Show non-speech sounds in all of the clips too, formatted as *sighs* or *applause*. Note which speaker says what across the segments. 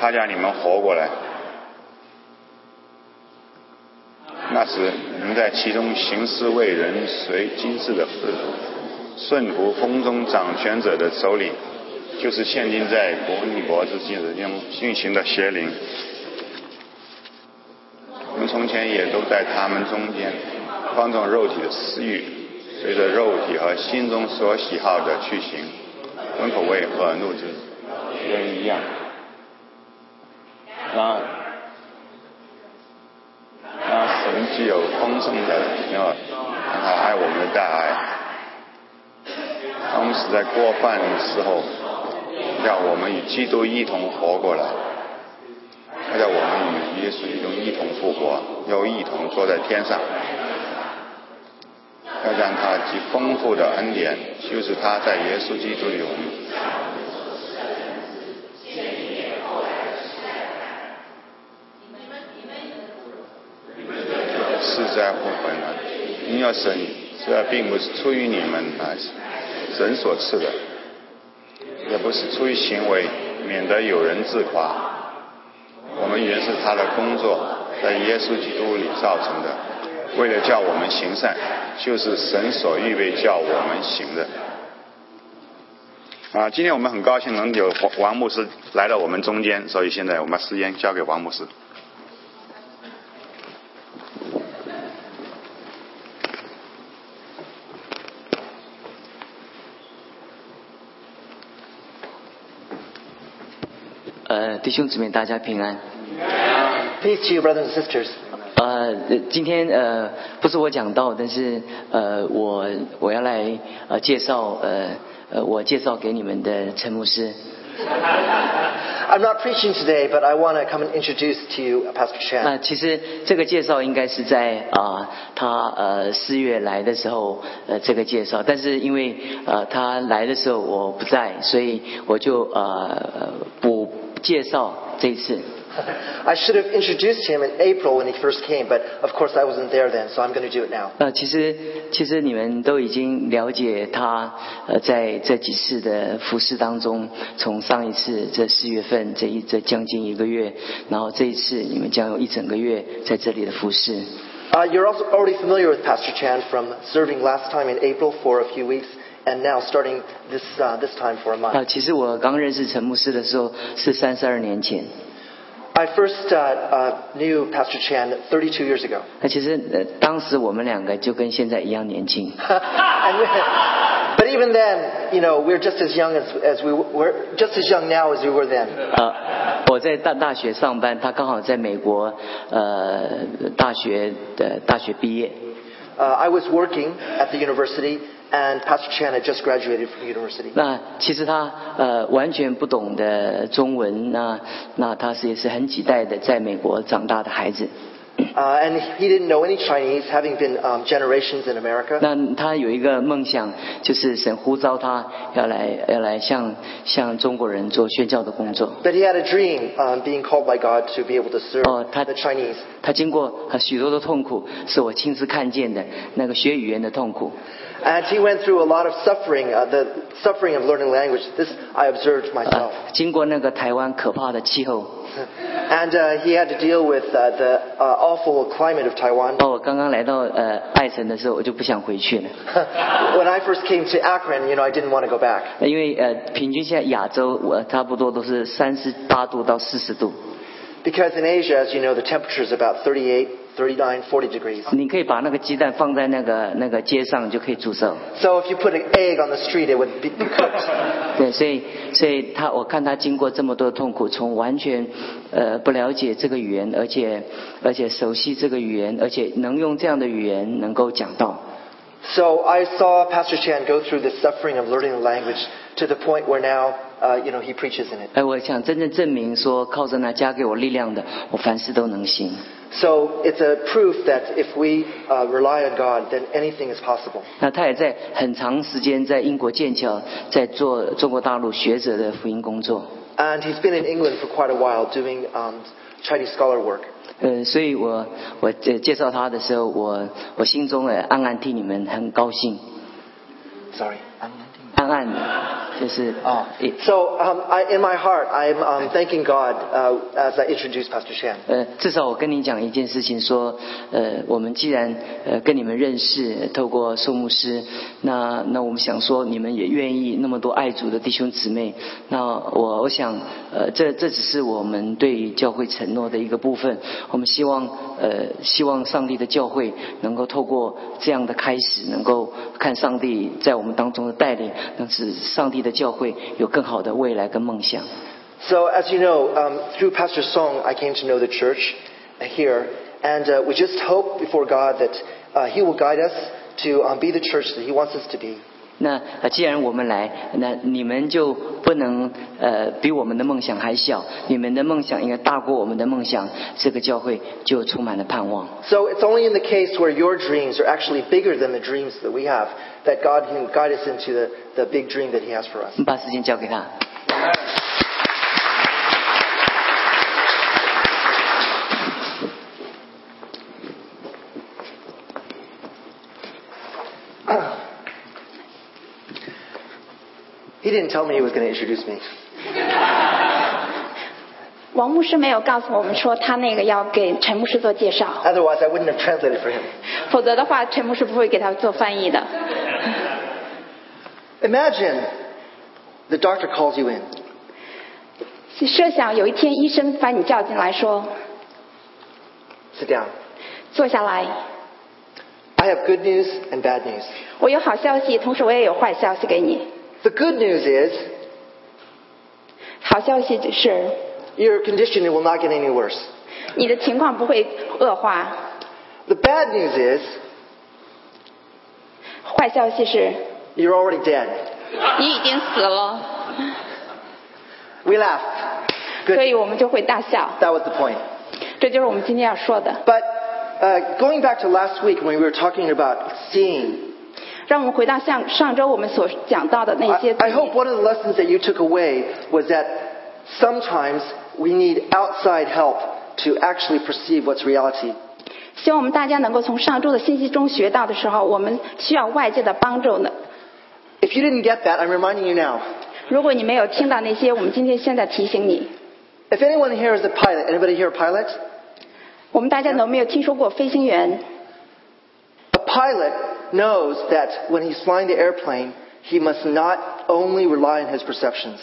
Speaker 1: 他叫你们活过来。那时你们在其中行事为人，随今世的制度，顺服风中掌权者的首领，就是现今在国逆国之间运行的邪灵。我们从前也都在他们中间，放纵肉体的私欲，随着肉体和心中所喜好的去行，温口味和怒之人一样。那那神具有丰盛的平和，他爱我们的大爱。当我们死在过犯的时候，要我们与基督一同活过来。他叫我们与耶稣一同一同复活，又一同坐在天上。要让他极丰富的恩典，就是他在耶稣基督里我们是在乎本来，因要神，这并不是出于你们来，神所赐的，也不是出于行为，免得有人自夸。我们原是他的工作，在耶稣基督里造成的，为了叫我们行善，就是神所预备叫我们行的。啊，今天我们很高兴能有王王牧师来到我们中间，所以现在我们把时间交给王牧师。
Speaker 2: 呃，弟兄姊妹，大家平安。
Speaker 3: Peace to you, brothers and sisters.
Speaker 2: 呃，今天呃不是我讲到，但是呃我我要来呃介绍呃呃我介绍给你们的陈牧师。
Speaker 3: I'm not preaching today, but I want to come and introduce to you uh, Pastor
Speaker 2: 那、
Speaker 3: Chan.
Speaker 2: 其实这个介绍应该是在啊、他呃四月来的时候呃这个介绍，但是因为呃他来的时候我不在，所以我就呃呃补介绍这一次。
Speaker 3: I should have introduced him in April when he first came, but of course I wasn't there then, so I'm going to do it now.
Speaker 2: 呃，其实其实你们都已经了解他呃，在这几次的服饰当中，从上一次这四月份这一这将近一个月，然后这一次你们将有一整个月在这里的服饰。
Speaker 3: Uh, you're also already familiar with Pastor Chan from serving last time in April for a few weeks, and now starting this uh, this time for a
Speaker 2: 啊、
Speaker 3: month.
Speaker 2: 其实我刚认识陈牧师的时候是三十二年前。
Speaker 3: I first uh, uh, knew Pastor Chan 32 years ago, *laughs*
Speaker 2: 那其实呃，当时我们两个就跟现在一样年轻。
Speaker 3: And we- but even then, you know, we're just as young as, as we were, just as young now as we were then.
Speaker 2: 呃，我在大大学上班，他刚好在美国呃大学的大学毕业。
Speaker 3: Uh, I was working at the university, and Pastor Chan had just graduated from university.
Speaker 2: 那其实他呃完全不懂得中文，那那他是也是很几代的在美国长大的孩子。
Speaker 3: Uh, and he didn't know any Chinese, having been um, generations in America.
Speaker 2: 那他有一个梦想，就是神呼召他要来要来向向中国人做宣教的工作。
Speaker 3: But he had a dream, um, being called by God to be able to serve
Speaker 2: Oh, that-
Speaker 3: the Chinese.
Speaker 2: 他经过呃许多的痛苦，是我亲自看见的那个学语言的痛苦。
Speaker 3: And he went through a lot of suffering, uh, the suffering of learning language. This I observed
Speaker 2: 啊
Speaker 3: myself.， *laughs*
Speaker 2: 经过那个台湾可怕的气候，
Speaker 3: And uh, he had to deal with uh, the uh, awful climate of Taiwan. *laughs*
Speaker 2: 哦，我刚刚来到呃爱城的时候，我就不想回去了。
Speaker 3: when I first came to Akron, you know, I didn't want to go back.
Speaker 2: 因为呃，平均现在亚洲我差不多都是三十八度到四十度，
Speaker 3: Because in Asia, as you know, the temperature is about 38, 39, 40 degrees.
Speaker 2: 你可以把那个鸡蛋放在那个那个街上就可以煮熟。
Speaker 3: So if you put an egg on the street, it would be, be
Speaker 2: *laughs*
Speaker 3: cooked.
Speaker 2: 对，所以所以他我看他经过这么多的痛苦，从完全呃不了解这个语言，而且而且熟悉这个语言，而且能用这样的语言能够讲到。
Speaker 3: So I saw Pastor Chan go through the suffering of learning the language to the point where now, uh, you know, he preaches in it.
Speaker 2: 哎，我想真正证明说，靠着那加给我力量的，我凡事都能行。
Speaker 3: So it's a proof that if we uh, rely on God, then anything is possible.
Speaker 2: 那他也在很长时间在英国剑桥，在做中国大陆学者的福音工作。
Speaker 3: And he's been in England for quite a while doing um, Chinese scholar work.
Speaker 2: 呃，所以我我呃介绍他的时候，我我心中呃暗暗替你们很高兴，
Speaker 3: Sorry. I'm-
Speaker 2: 暗暗就是
Speaker 3: 哦
Speaker 2: 一
Speaker 3: So um, I, in my heart, I'm um, thanking God uh, as I introduce Pastor Chan.
Speaker 2: 呃，至少我跟你讲一件事情，说，呃，我们既然呃跟你们认识，呃透过寿牧师，那那我们想说，你们也愿意那么多爱主的弟兄姊妹，那我我想，呃，这这只是我们对于教会承诺的一个部分，我们希望呃希望上帝的教会能够透过这样的开始，能够看上帝在我们当中的带领，能使上帝的教会有更好的未来跟梦想。
Speaker 3: So as you know, um, through Pastor Song, I came to know the church here, and uh, we just hope before God that uh, He will guide us to um, be the church that He wants us to be.
Speaker 2: 那呃，既然我们来，那你们就不能呃比我们的梦想还小，你们的梦想应该大过我们的梦想，这个教会就充满了盼望。
Speaker 3: So it's only in the case where your dreams are actually bigger than the dreams that we have that God can guide us into the, the big dream that He has for us.
Speaker 2: 你把时间交给他。
Speaker 3: He didn't tell me He was going to introduce me.
Speaker 4: 王牧师没有告诉我们说他那个要给陈牧师做介绍，
Speaker 3: Otherwise, I wouldn't have translated for him.
Speaker 4: 否则的话，陈牧师不会给他做翻译的。
Speaker 3: Imagine the doctor calls you in.
Speaker 4: 设想有一天医生把你叫进来说
Speaker 3: Sit down.：“
Speaker 4: 坐下来，
Speaker 3: I have good news and bad news.
Speaker 4: 我有好消息，同时我也有坏消息给你。
Speaker 3: The good news is
Speaker 4: 好消息就是，
Speaker 3: your condition will not get any worse.
Speaker 4: 你的情况不会恶化。
Speaker 3: The bad news is
Speaker 4: 坏消息是，
Speaker 3: you're already dead.
Speaker 4: 你已经死了。
Speaker 3: We laughed. ”
Speaker 4: 所
Speaker 3: Good.
Speaker 4: 以我们就会大笑，
Speaker 3: That was the point.
Speaker 4: 这就是我们今天要说的。
Speaker 3: But uh, going back to last week when we were talking about seeing,
Speaker 4: 让我们回到像上周我们所讲到的那些
Speaker 3: I, I hope one of the lessons that you took away was that sometimes we need outside help to actually perceive what's reality.
Speaker 4: 希望我们大家能够从上周的信息中学到的时候，我们需要外界的帮助呢。
Speaker 3: If you didn't get that, I'm reminding you now.
Speaker 4: 如果你没有听到那些，我们今天现在提醒你。
Speaker 3: If anyone here is a pilot, anybody here a pilot?
Speaker 4: 我们大家有没有听说过飞行员？
Speaker 3: A pilot knows that when he's flying the airplane, he must not only rely on his perceptions.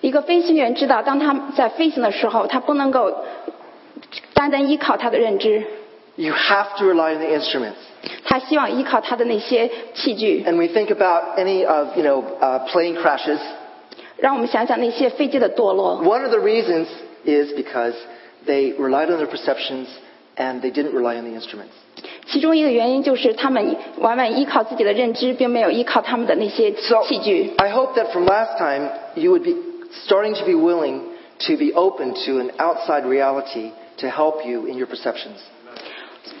Speaker 4: 一个飞行员知道，当他在飞行的时候，他不能够单单依靠他的认知，
Speaker 3: You have to rely on the instruments.
Speaker 4: 他希望依靠他的那些器具。
Speaker 3: And we think about any of, you know, uh, plane crashes.
Speaker 4: 让我们想想那些飞机的堕落，
Speaker 3: One of the reasons is because they relied on their perceptions and they didn't rely on the instruments.
Speaker 4: 其中一个原因就是他们往往依靠自己的认知，并没有依靠他们的那些
Speaker 3: So
Speaker 4: 器具。
Speaker 3: I hope that from last time you would be starting to be willing to be open to an outside reality to help you in your perceptions.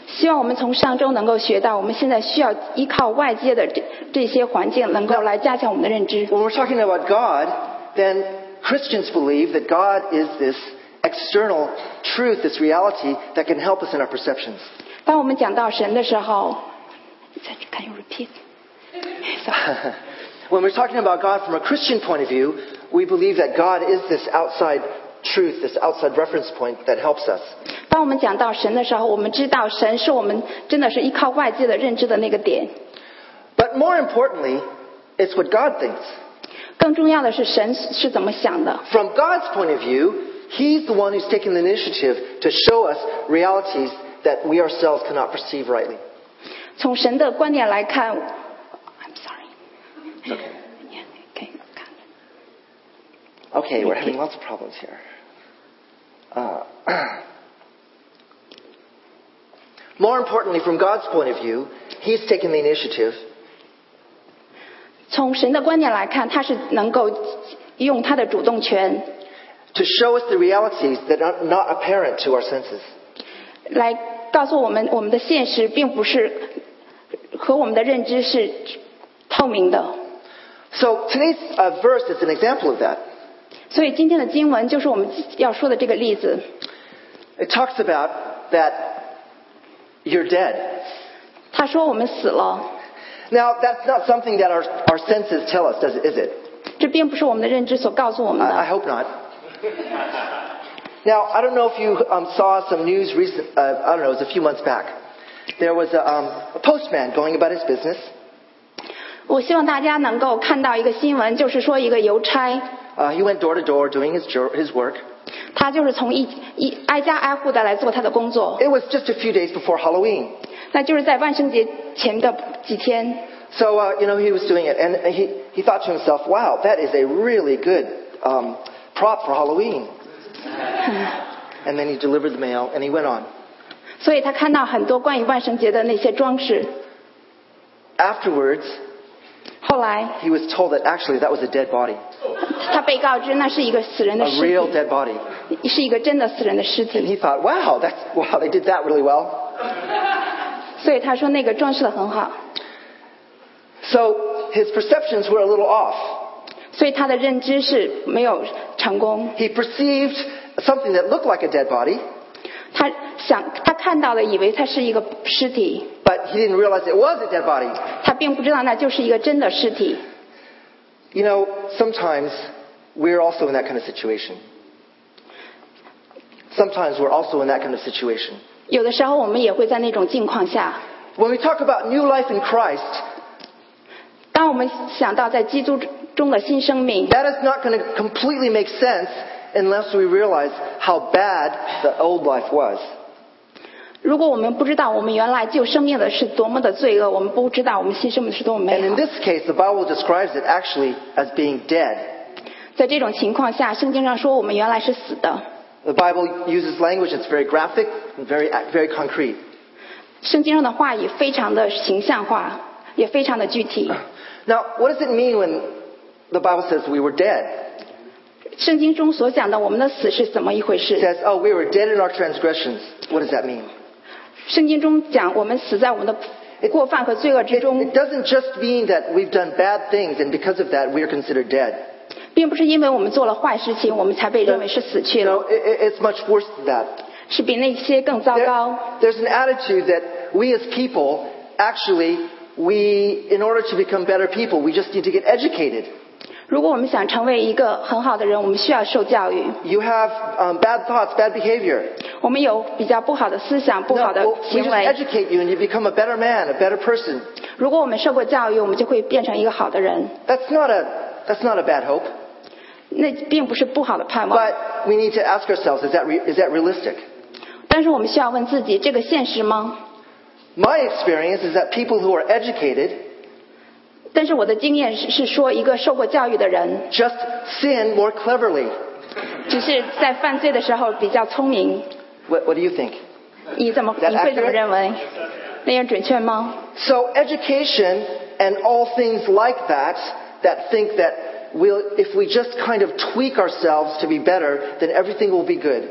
Speaker 4: 希望我们从上周能够学到，我们现在需要依靠外界的这这些环境，能够来加强我们的认知。
Speaker 3: When we're talking about God, then Christians believe that God is this external truth, this reality that can help us in our perceptions. *laughs*
Speaker 4: 当我们讲到神的时候，Can you repeat？
Speaker 3: When we're talking about God from a Christian point of view, we believe that God is this outside truth, this outside reference point that helps us.
Speaker 4: 当我们讲到神的时候，我们知道神是我们真的是依靠外界的认知的那个点。
Speaker 3: But more importantly, it's what God thinks.
Speaker 4: 更重要的是，神是怎么想的？
Speaker 3: From God's point of view, He's the one who's taken the initiative to show us realities that we ourselves cannot perceive rightly.
Speaker 4: 从神的观点来看，I'm sorry。Yeah, okay, 看
Speaker 3: Okay, we're having lots of problems here. Uh, *clears throat* more importantly, from God's point of view, He's taken the initiative
Speaker 4: 从神的观点来看，他是能够用他的主动权
Speaker 3: to show us the realities that are not apparent to our senses.
Speaker 4: 来告诉我们，我们的现实并不是和我们的认知是透明的。
Speaker 3: So today's uh, verse is an example of that.
Speaker 4: 所以今天的经文就是我们要说的这个例子，
Speaker 3: It talks about that you're dead.
Speaker 4: 他说我们死了，
Speaker 3: Now, that's not something that our, our senses tell us, does it, is it?
Speaker 4: 这这并不是我们的认知所告诉我们
Speaker 3: I, I
Speaker 4: 的。
Speaker 3: hope not. Now, I don't know if you um, saw some news recent, uh, I don't know, it was a few months back. There was a, um, a postman going about his business,
Speaker 4: 我希望大家能够看到一个新闻，就是说一个邮差，
Speaker 3: uh, he went door to door doing his, jur- his work.
Speaker 4: 他就是从一一挨家挨户的来做他的工作，
Speaker 3: It was just a few days before Halloween.
Speaker 4: 那就是在万圣节前的几天，
Speaker 3: So, uh, you know, he was doing it, and and he, he thought to himself, wow, that is a really good um, prop for Halloween. and then he delivered the mail, and he went on.
Speaker 4: 所以他看到很多关于万圣节的那些装饰。
Speaker 3: Afterwards,
Speaker 4: 后来
Speaker 3: he was told that actually that was a dead body,
Speaker 4: 他被告知那是一个死人的
Speaker 3: a
Speaker 4: 尸
Speaker 3: real dead body.
Speaker 4: 体，是一个真的死人的尸
Speaker 3: And
Speaker 4: 体，
Speaker 3: he thought, wow, that's, wow, they did that really well.
Speaker 4: 所以他说那个装饰的很好，
Speaker 3: So his perceptions were a little off.
Speaker 4: 所以他的认知是没有成功。
Speaker 3: He perceived something that looked like a dead body,
Speaker 4: 他想他看到了，以为他是一个尸体，
Speaker 3: but he didn't realize it was a dead body.
Speaker 4: 他并不知道那就是一个真的尸体。
Speaker 3: You know, sometimes we're also in that kind of situation. Sometimes we're also in that kind of situation.
Speaker 4: 有的时候我们也会在那种境况下，
Speaker 3: When we talk about new life in Christ,
Speaker 4: 当我们想到在基督中的新生命，
Speaker 3: that is not going to completely make sense unless we realize how bad the old life was.
Speaker 4: 如果我们不知道我们原来旧生命的是多么的罪恶，我们不知道我们新生命是多么
Speaker 3: And
Speaker 4: 美
Speaker 3: in
Speaker 4: 好。
Speaker 3: this case, the Bible describes it actually as being dead.
Speaker 4: 在这种情况下，圣经上说我们原来是死的。
Speaker 3: The Bible uses language that's very graphic and very, very concrete.
Speaker 4: 圣经上的话语非常的形象化，也非常的具体。
Speaker 3: Now, what does it mean when the Bible says we were dead?
Speaker 4: 圣经中所讲的我们的死是怎么一回
Speaker 3: It
Speaker 4: 事？
Speaker 3: says, oh, we were dead in our transgressions. What does that mean?
Speaker 4: 圣经中讲我们死在我们的过犯和罪恶之
Speaker 3: It,
Speaker 4: 中
Speaker 3: it，doesn't just mean that we've done bad things and because of that we are considered dead.
Speaker 4: 并不是因为我们做了坏事情，我们才被认为是死去
Speaker 3: You
Speaker 4: 了
Speaker 3: know,，it, it- it's much worse than that.
Speaker 4: 是比那些更糟
Speaker 3: There-
Speaker 4: 糕。
Speaker 3: there's an attitude that we as people, actually, we, in order to become better people, we just need to get educated.
Speaker 4: 如果我们想成为一个很好的人，我们需要受教育。
Speaker 3: You have um, bad thoughts, bad behavior.
Speaker 4: 我们有比较不好的思想、不
Speaker 3: No,
Speaker 4: 好的
Speaker 3: well, we
Speaker 4: 行
Speaker 3: just
Speaker 4: 为。
Speaker 3: educate you and you become a better man, a better person.
Speaker 4: 如果我们受过教育，我们就会变成一个好的人。
Speaker 3: That's not a, that's not a bad hope.
Speaker 4: 那并不是不好的盼望，
Speaker 3: But we need to ask ourselves, is that, re- is that realistic?
Speaker 4: 但是我们需要问自己：这个现实吗？
Speaker 3: My experience is that people who are educated
Speaker 4: 但是我的经验是是说，一个受过教育的人，
Speaker 3: just sin more cleverly.
Speaker 4: 只是在犯罪的时候比较聪明。
Speaker 3: What, what do you think?
Speaker 4: 你怎么
Speaker 3: That
Speaker 4: 你会怎么
Speaker 3: accurate?
Speaker 4: 认为？那样准确吗？
Speaker 3: So education and all things like that that think that we'll, if we just kind of tweak ourselves to be better, then everything will be good.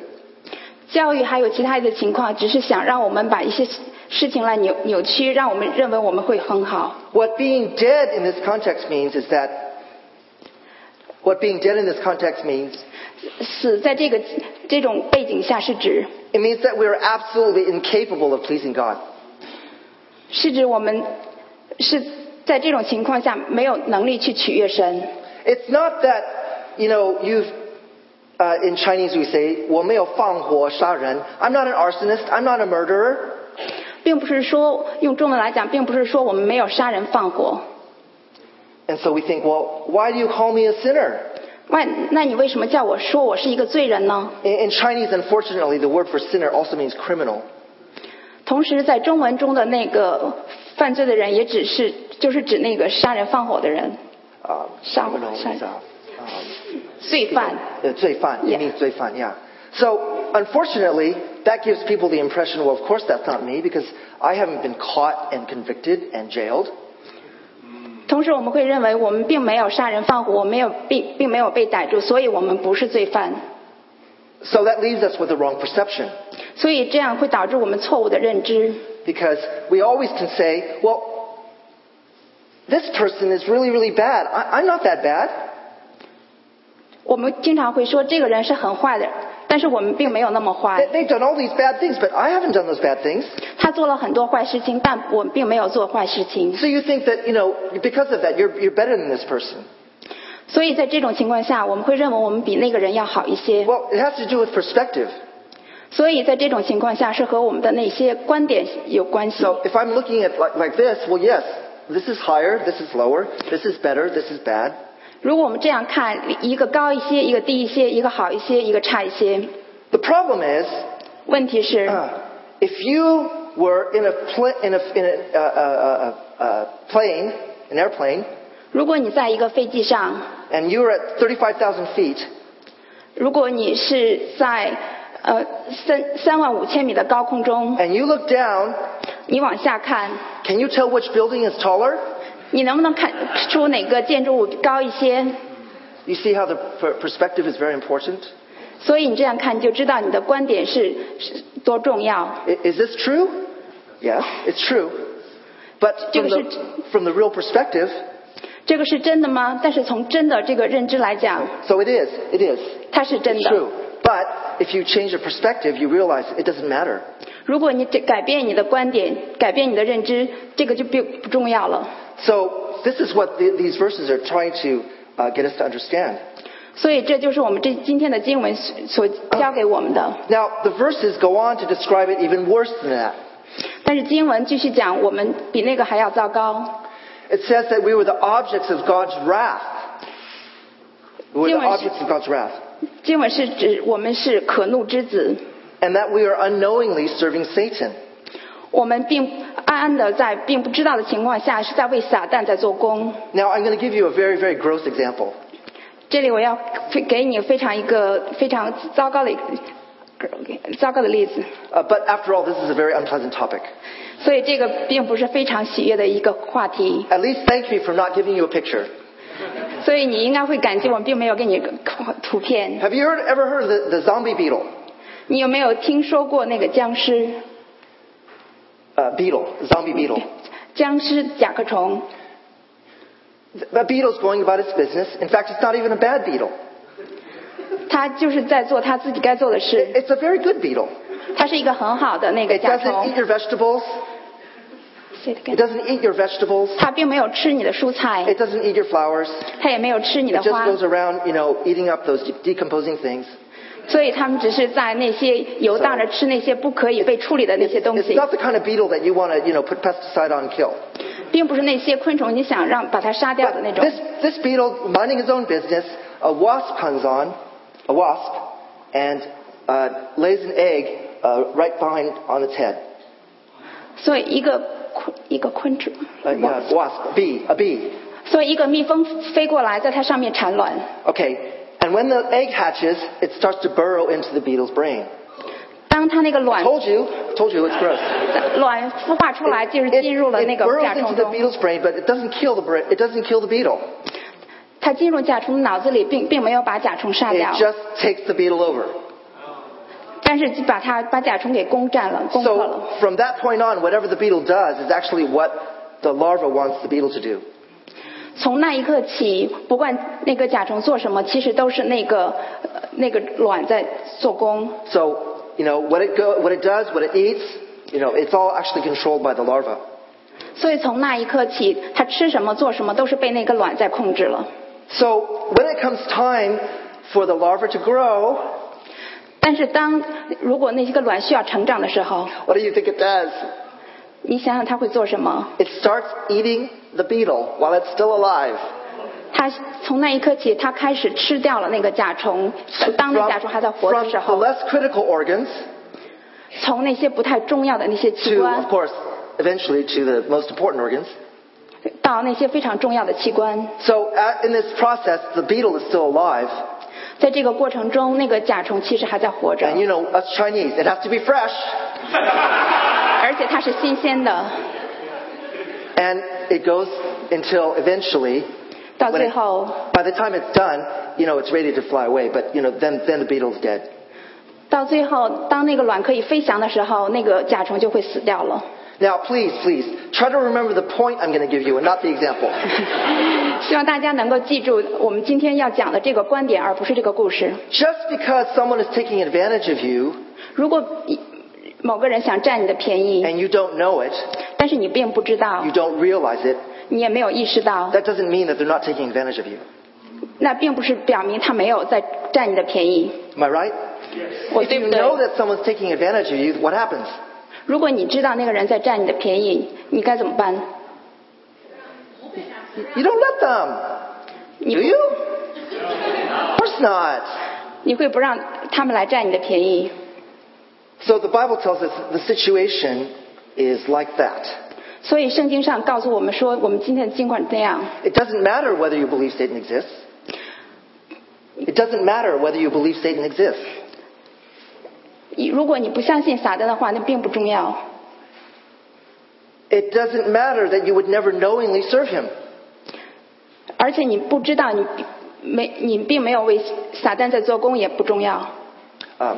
Speaker 4: 教育还有其他的情况，只是想让我们把一些事情来扭扭曲，让我们认为我们会很好。
Speaker 3: What being dead in this context means is that what being dead in this context means
Speaker 4: 死在这个这种背景下是指，
Speaker 3: it means that we are absolutely incapable of pleasing God.
Speaker 4: 是指我们是在这种情况下没有能力去取悦神。
Speaker 3: It's not that you know you've. Uh, in Chinese, we say, 我没有放火杀人. I'm not an arsonist. I'm not a murderer.
Speaker 4: 并不是说用中文来讲，并不是说我们没有杀人放火。
Speaker 3: And so we think, well, why do you call me a sinner?
Speaker 4: 那那你为什么叫我说我是一个罪人呢？
Speaker 3: In, in Chinese, unfortunately, the word for sinner also means criminal.
Speaker 4: 同时，在中文中的那个犯罪的人，也只是就是指那个杀人放火的人，
Speaker 3: Um,
Speaker 4: 杀
Speaker 3: criminal
Speaker 4: 杀
Speaker 3: is, uh, um,
Speaker 4: 罪犯。
Speaker 3: uh, 罪犯.
Speaker 4: Yeah.
Speaker 3: It means 罪犯, yeah. So, unfortunately, that gives people the impression, well, of course that's not me because I haven't been caught and convicted and jailed.
Speaker 4: 同时，我们会认为我们并没有杀人放火，我没有并并没有被逮住，所以我们不是罪犯。
Speaker 3: So that leaves us with the wrong perception
Speaker 4: 所以这样会导致我们错误的认知，
Speaker 3: because we always can say, well, this person is really, really bad. I, I'm not that bad.
Speaker 4: 我们经常会说这个人是很坏的，但是我们并没有那么
Speaker 3: They,
Speaker 4: 坏。
Speaker 3: they've done all these bad things, but I haven't done those bad things.
Speaker 4: 他做了很多坏事情，但我并没有做坏事情。
Speaker 3: So you think that, you know, because of that, you're, you're better than this person.
Speaker 4: 所以在这种情况下，我们会认为我们比那个人要好一些。
Speaker 3: Well, it has to do with perspective.
Speaker 4: 所以在这种情况下，是和我们的那些观点有关系。
Speaker 3: So if I'm looking at like, like this, well, yes, this is higher, this is lower, this is better, this is bad.
Speaker 4: 如果我们这样看，一个高一些，一个低一些，一个好一些，一个差一些。
Speaker 3: The problem is,
Speaker 4: 问题是，
Speaker 3: uh, if you were in a, pl- in a, in a uh, uh, uh, uh, plane, an airplane,
Speaker 4: 如果你在一个飞机上，
Speaker 3: and you were at 35,000 feet,
Speaker 4: 如果你是在呃三三万五千米的高空中，
Speaker 3: and you look down,
Speaker 4: 你往下看，
Speaker 3: can you tell which building is taller?
Speaker 4: 你能不能看出哪个建筑物高一些？
Speaker 3: You see how the per- perspective is very important?
Speaker 4: 所以你这样看，你就知道你的观点是是多重要。
Speaker 3: I- Is this true? Yes, it's true. But from the, from the real perspective,
Speaker 4: 这个是真的吗？但是从真的这个认知来讲，
Speaker 3: so it is, it is.
Speaker 4: 它是真
Speaker 3: It's
Speaker 4: 的。
Speaker 3: true. But if you change the perspective, you realize it doesn't matter.
Speaker 4: 如果你这改变你的观点，改变你的认知，这个就不不重要了。
Speaker 3: So this is what the, these verses are trying to uh, get us to understand.
Speaker 4: 所以这就是我们这今天的经文所所教给我们的。
Speaker 3: Now, the verses go on to describe it even worse than that.
Speaker 4: 但是经文继续讲，我们比那个还要糟糕。
Speaker 3: It says that we were the objects of God's wrath. We were the
Speaker 4: Dear ones-
Speaker 3: objects of God's wrath.
Speaker 4: 经文是指我们是可怒之子，
Speaker 3: And that we are unknowingly serving Satan.
Speaker 4: 我们并暗暗的在并不知道的情况下，是在为撒旦在做工。
Speaker 3: Now, I'm going to give you a very, very gross example.
Speaker 4: 这里我要非给你非常一个非常糟糕的一个糟糕的例子，
Speaker 3: Uh, but after all, this is a very unpleasant topic.
Speaker 4: 所以这个并不是非常喜悦的一个话题，
Speaker 3: At least thank me for not giving you a picture.
Speaker 4: 所以你应该会感激我们并没有给你图片。
Speaker 3: Have you heard, ever heard of the, the zombie beetle?
Speaker 4: 你有没有听说过那个僵尸？
Speaker 3: Uh, beetle, zombie beetle.
Speaker 4: 僵尸甲壳虫，
Speaker 3: The beetle's going about its business. In fact, it's not even a bad beetle.
Speaker 4: 它就是在做它自己该做的事。
Speaker 3: It's a very good beetle.
Speaker 4: 它是一个很好的那个
Speaker 3: It
Speaker 4: 甲
Speaker 3: doesn't
Speaker 4: 虫
Speaker 3: eat，your vegetables. It doesn't eat your vegetables.
Speaker 4: 它并没有吃你的蔬
Speaker 3: It
Speaker 4: 菜，
Speaker 3: doesn't eat your flowers.
Speaker 4: 它也没有吃你
Speaker 3: It
Speaker 4: 的
Speaker 3: just
Speaker 4: 花，
Speaker 3: goes around, you know, eating up those de- decomposing things.
Speaker 4: 所以它们只是在那些游荡着吃那些不可以被处理的那些东
Speaker 3: It's
Speaker 4: 西，
Speaker 3: not the kind of beetle that you want to, you know, put pesticide on and kill.
Speaker 4: 并不是那些昆虫你想让把它杀掉的那
Speaker 3: But
Speaker 4: 种
Speaker 3: this,。this beetle, minding his own business, a wasp comes on, a wasp, and uh, lays an egg uh, right behind on its head.
Speaker 4: 所以一个昆一个昆虫，
Speaker 3: A uh, wasp, a bee, a bee.
Speaker 4: 所以一个蜜蜂飞过来，在它上面产卵。
Speaker 3: Okay, and when the egg hatches, it starts to burrow into the beetle's brain.
Speaker 4: 当它那个卵
Speaker 3: Told you, told you, it's gross.
Speaker 4: 卵孵化出来，就是
Speaker 3: It, it,
Speaker 4: 进入了那
Speaker 3: it
Speaker 4: 个
Speaker 3: burrows
Speaker 4: 甲虫
Speaker 3: into the
Speaker 4: 中。
Speaker 3: beetle's brain, but it doesn't kill the bra- it doesn't kill the beetle.
Speaker 4: 它进入甲虫的脑子里，并并没有把甲虫杀掉
Speaker 3: It，just takes the beetle over.
Speaker 4: 但是把它把甲虫给攻占了，攻破了。
Speaker 3: So from that point on, whatever the beetle does is actually what the larva wants the beetle to do.
Speaker 4: 从那一刻起，不管那个甲虫做什么，其实都是那个、呃那个卵在做工。
Speaker 3: So you know what it go, what it does, what it eats. You know, it's all actually controlled by the larva.
Speaker 4: 所以从那一刻起，它吃什么做什么都是被那个卵在控制了。
Speaker 3: So when it comes time for the larva to grow,
Speaker 4: 但是当如果那些个卵需要成长的时候，
Speaker 3: what do you think it does?
Speaker 4: 你想想它会做什么？
Speaker 3: It starts eating the beetle while it's still alive.
Speaker 4: 它从那一刻起，它开始吃掉了那个甲虫。当那
Speaker 3: From,
Speaker 4: 甲虫还在活的
Speaker 3: from
Speaker 4: 时
Speaker 3: the
Speaker 4: 候，
Speaker 3: less critical organs
Speaker 4: 从那些不太重要的那些器
Speaker 3: to, of
Speaker 4: 官，
Speaker 3: course, eventually to the most important organs.
Speaker 4: 到那些非常重要的器官，
Speaker 3: So at, in this process, the beetle is still alive.
Speaker 4: 在这个过程中，那个甲虫其实还在活着
Speaker 3: And，you know, us Chinese, it has to be fresh.
Speaker 4: 而且它是新鲜的。
Speaker 3: And it goes until eventually,
Speaker 4: 到
Speaker 3: when
Speaker 4: 最
Speaker 3: it-
Speaker 4: 后，
Speaker 3: by the time it's done, you know, it's ready to fly away. But you know, then, then the beetle's dead.
Speaker 4: 到最后，当那个卵可以飞翔的时候，那个甲虫就会死掉了。
Speaker 3: Now, please, please, try to remember the point I'm going to give you and not the example.
Speaker 4: 希望大家能够记住我们今天要讲的这个观点，而不是这个故事。
Speaker 3: Just because someone is taking advantage of you
Speaker 4: 如果一某个人想占你的便宜，
Speaker 3: and you don't know it,
Speaker 4: 但是你并不知道
Speaker 3: 嗯 you，don't realize it,
Speaker 4: 你也没有意识到，
Speaker 3: that doesn't mean that they're not taking advantage of you.
Speaker 4: 那并不是表明他没有在占你的便宜。
Speaker 3: Am I right?
Speaker 4: 我
Speaker 3: If
Speaker 4: 对
Speaker 3: you
Speaker 4: 不对？
Speaker 3: know that someone's taking advantage of you, what happens?
Speaker 4: 如果你知道那个人在占你的便宜，你该怎么办？
Speaker 3: You don't let them,
Speaker 4: 你
Speaker 3: do you? Of course not.
Speaker 4: 你会不让他们来占你的便宜？
Speaker 3: So the Bible tells us the situation is like that.
Speaker 4: 所以圣经上告诉我们说，我们今天的境况是这样。
Speaker 3: It doesn't matter whether you believe Satan exists. It doesn't matter whether you believe Satan exists.
Speaker 4: 你如果你不相信撒旦的话，那并不重要。
Speaker 3: It doesn't matter that you would never knowingly serve him.
Speaker 4: 而且你不知道你没你并没有为撒旦在做工也不重要。
Speaker 3: Um,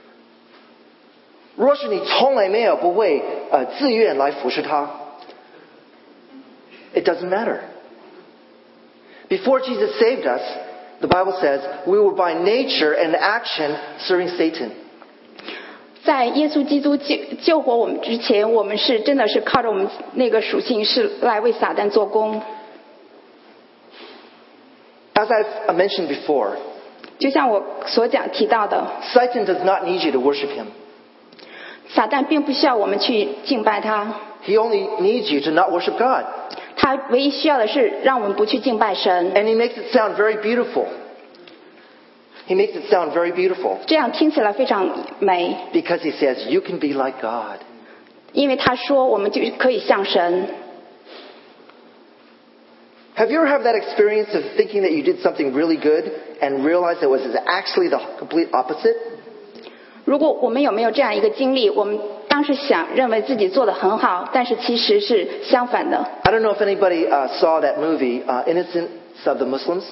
Speaker 3: *sighs* 若是你从来没有不会呃自愿来服侍他 it doesn't matter. Before Jesus saved us, the Bible says we were by nature and action serving Satan.
Speaker 4: 在耶稣基督救救活我们之前，我们是真的是靠着我们那个属性是来为撒旦做工。
Speaker 3: As I've mentioned before,
Speaker 4: 就像我所讲提到的，
Speaker 3: Satan does not need you to worship him.
Speaker 4: 撒旦并不需要我们去敬拜他，
Speaker 3: He only needs you to not worship God.
Speaker 4: 他唯一需要的是让我们不去敬拜神。
Speaker 3: And he makes it sound very beautiful. He makes it sound very beautiful
Speaker 4: 这样听起来非常美，
Speaker 3: because he says you can be like God.
Speaker 4: 因为他说我们就可以像神。
Speaker 3: Have you ever had that experience of thinking that you did something really good and realize it was actually the complete opposite?
Speaker 4: 如果我们有没有这样一个经历，我们当时想认为自己做的很好，但是其实是相反的。
Speaker 3: I don't know if anybody uh, saw that movie, uh, Innocence of the Muslims.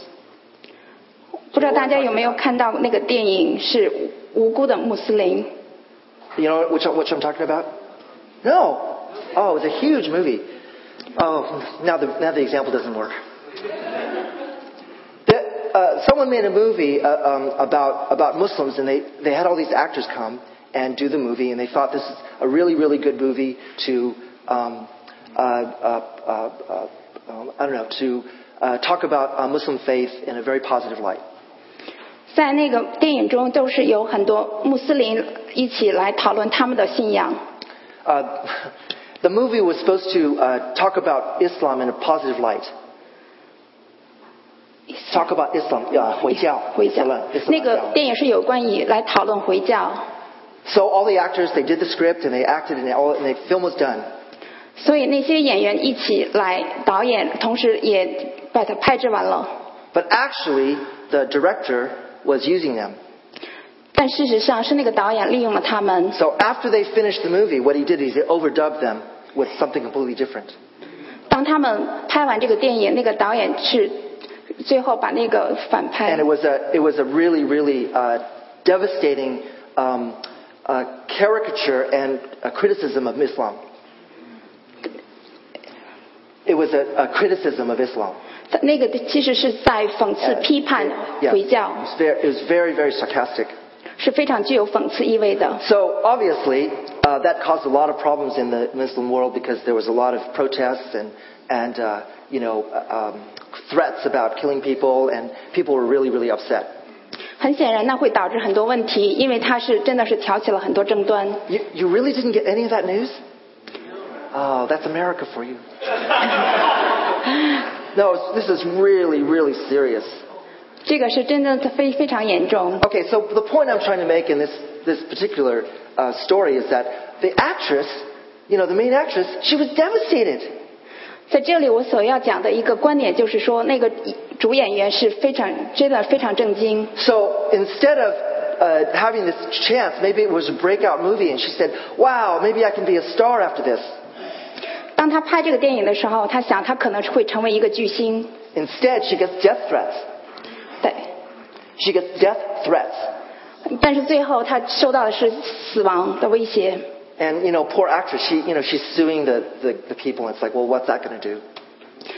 Speaker 4: 不知道大家有没有看到那个电影是无辜的穆斯林？
Speaker 3: You know which, which I'm talking about? No. Oh, it was a huge movie. Oh, now the, now the example doesn't work. The, uh, someone made a movie uh, um, about, about Muslims, and they, they had all these actors come and do the movie, and they thought this is a really, really good movie to, um, uh, uh, uh, uh, um, I don't know, to uh, talk about uh, Muslim faith in a very positive light.
Speaker 4: 在那个电影中，都是有很多穆斯林一起来讨论他们的信仰。
Speaker 3: Uh, *laughs* the movie was supposed to uh, talk about Islam in a positive light. Talk about Islam, uh, 回教,
Speaker 4: 回教
Speaker 3: Islam,
Speaker 4: 那
Speaker 3: Islam,
Speaker 4: 个
Speaker 3: yeah.
Speaker 4: 电影是有关于来讨论回教，
Speaker 3: So all the actors, they did the script and they acted and, all, and the film was done.
Speaker 4: 所以那些演员一起来导演，同时也把它拍制完了。
Speaker 3: But actually, the director was using them.
Speaker 4: 但事实上是那个导演利用了他们，
Speaker 3: So after they finished the movie, what he did is he overdubbed them with something completely different.
Speaker 4: 当他们拍完这个电影，那个导演是最后把那个反
Speaker 3: And
Speaker 4: 派
Speaker 3: it，was a, it was a really, really uh, devastating um, uh, caricature and a criticism of Islam. It was a, a criticism of Islam.
Speaker 4: 那个其实是在讽刺、批判
Speaker 3: Yeah.
Speaker 4: 回教
Speaker 3: It，was, very, it was very, very sarcastic.
Speaker 4: 是非常具有讽刺意味的。
Speaker 3: So obviously, uh, that caused a lot of problems in the Muslim world because there was a lot of protests and, and uh, you know, um, threats about killing people, and people were really, really upset.
Speaker 4: 很显然，那会导致很多问题，因为它是真的是挑起了很多争端。
Speaker 3: You, you really didn't get any of that news? Oh, that's America for you. *laughs* no, this is really, really serious.
Speaker 4: 这个是真的非非常严重。
Speaker 3: Okay, so the point I'm trying to make in this, this particular uh, story is that the actress, you know, the main actress, she was devastated.
Speaker 4: 在这里，我所要讲的一个观点就是说，那个主演员是非常真的非常震惊。
Speaker 3: So instead of uh, having this chance, maybe it was a breakout movie, and she said, wow, maybe I can be a star after this.
Speaker 4: 当他拍这个电影的时候，他想他可能会成为一个巨星。
Speaker 3: Instead, she gets death threats.
Speaker 4: 对，
Speaker 3: She gets death threats.
Speaker 4: 但是最后他受到的是死亡的威胁。
Speaker 3: And you know, poor actress, she you know she's suing the, the, the people. And it's like, well, what's that going to do?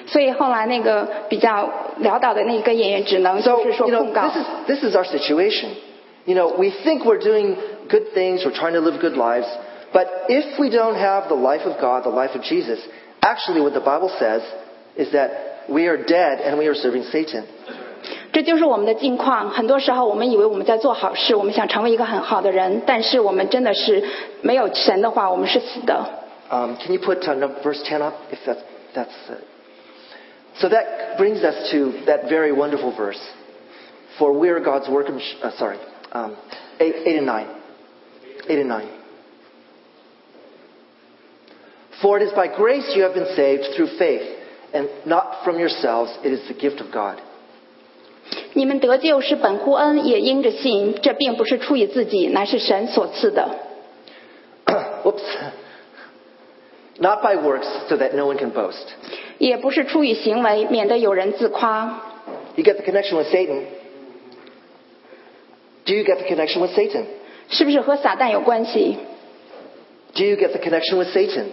Speaker 4: 所以后来那个比较潦倒的那个演员只能
Speaker 3: So
Speaker 4: 就是说
Speaker 3: you know,
Speaker 4: 控告。
Speaker 3: this is this is our situation. You know, we think we're doing good things, we're trying to live good lives, but if we don't have the life of God, the life of Jesus, actually, what the Bible says is that we are dead and we are serving Satan.
Speaker 4: 这就是我们的境况。很多时候，我们以为我们在做好事，我们想成为一个很好的人，但是我们真的是没有神的话，我们是死的。
Speaker 3: Um, can you put uh, num- verse 10 up if that's, that's it? So that brings us to that very wonderful verse. For we are God's workmanship, uh, sorry, um, 8, 8 and 9. 8 and 9. For it is by grace you have been saved through faith, and not from yourselves, it is the gift of God. *clears throat*
Speaker 4: 你们得救是本乎恩，也因着信，这并不是出于自己，乃是神所赐的。
Speaker 3: Whoops. *clears throat* Not by works, so that no one can boast.
Speaker 4: 也不是出于行为，免得有人自夸。
Speaker 3: You get the connection with Satan. Do you get the connection with Satan?
Speaker 4: 是不是和撒旦有关系？
Speaker 3: Do you get the connection with Satan?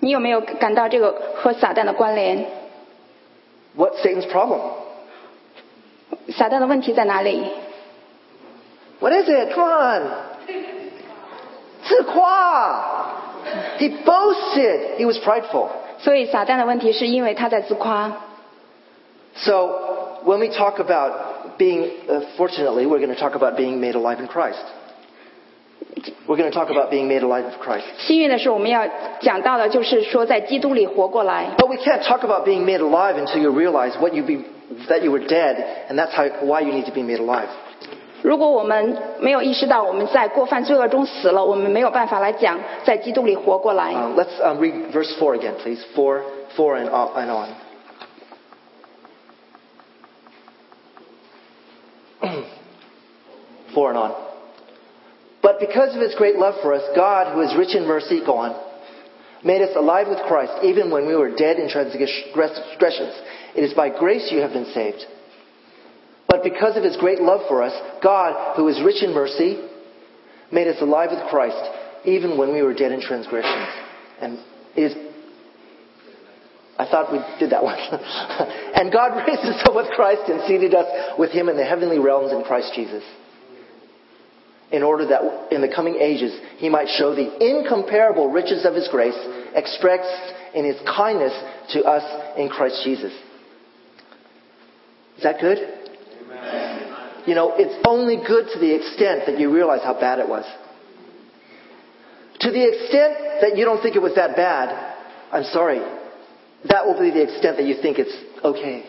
Speaker 4: 你有没有感到这个和撒旦的关联？
Speaker 3: What's Satan's problem?
Speaker 4: 撒旦的问题在哪里？
Speaker 3: What is it? Come on. Zikwa. He boasted. He was prideful.
Speaker 4: 所以撒旦的问题是因为他在自夸。
Speaker 3: So when we talk about being, uh, fortunately, we're going to talk about being made alive in Christ. We're going to talk about being made alive in Christ.
Speaker 4: 幸运的是，我们要讲到的就是说，在基督里活过来。
Speaker 3: But we can't talk about being made alive until you realize what you be, that you were dead, and that's how, why you need to be made alive.
Speaker 4: 如果我们没有意识到我们在过犯罪恶中死了，我们没有办法来讲在基督里活过来。
Speaker 3: Um, let's um, read verse 4 again, please. 4, 4 and, on, and on. *clears throat* Four and on. But because of his great love for us, God, who is rich in mercy, go on, made us alive with Christ, even when we were dead in transgressions. It is by grace you have been saved. But because of his great love for us, God, who is rich in mercy, made us alive with Christ, even when we were dead in transgressions. And it is. I thought we did that one. *laughs* and God *laughs* raised us up with Christ and seated us with him in the heavenly realms in Christ Jesus. In order that in the coming ages he might show the incomparable riches of his grace expressed in his kindness to us in Christ Jesus. Is that good? You know, it's only good to the extent that you realize how bad it was. To the extent that you don't think it was that bad, I'm sorry. That will be the extent that you think it's okay.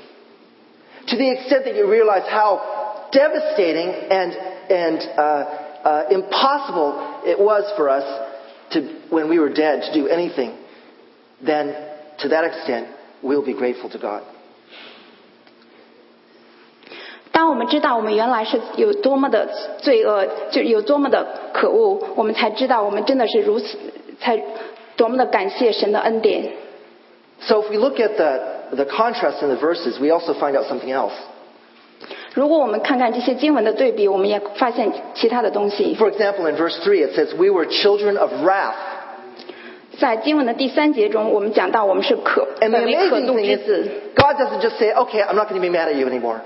Speaker 3: To the extent that you realize how devastating and, and uh, uh, impossible it was for us to, when we were dead to do anything, then to that extent, we'll be grateful to God.
Speaker 4: 当我们知道我们原来是有多么的罪恶，就有多么的可恶，我们才知道我们真的是如此，才多么的感谢神的恩典。
Speaker 3: So if we look at the, the contrast in the verses, we also find out something else.
Speaker 4: 如果我们看看这些经文的对比，我们也发现其他的东西。
Speaker 3: For example, in verse 3, it says, We were children of wrath.
Speaker 4: 在经文的第三节中，我们讲到我们是可呃
Speaker 3: And the
Speaker 4: 本为可
Speaker 3: amazing
Speaker 4: 怒
Speaker 3: thing
Speaker 4: 之子。
Speaker 3: is, God doesn't just say, Okay, I'm not going to be mad at you anymore.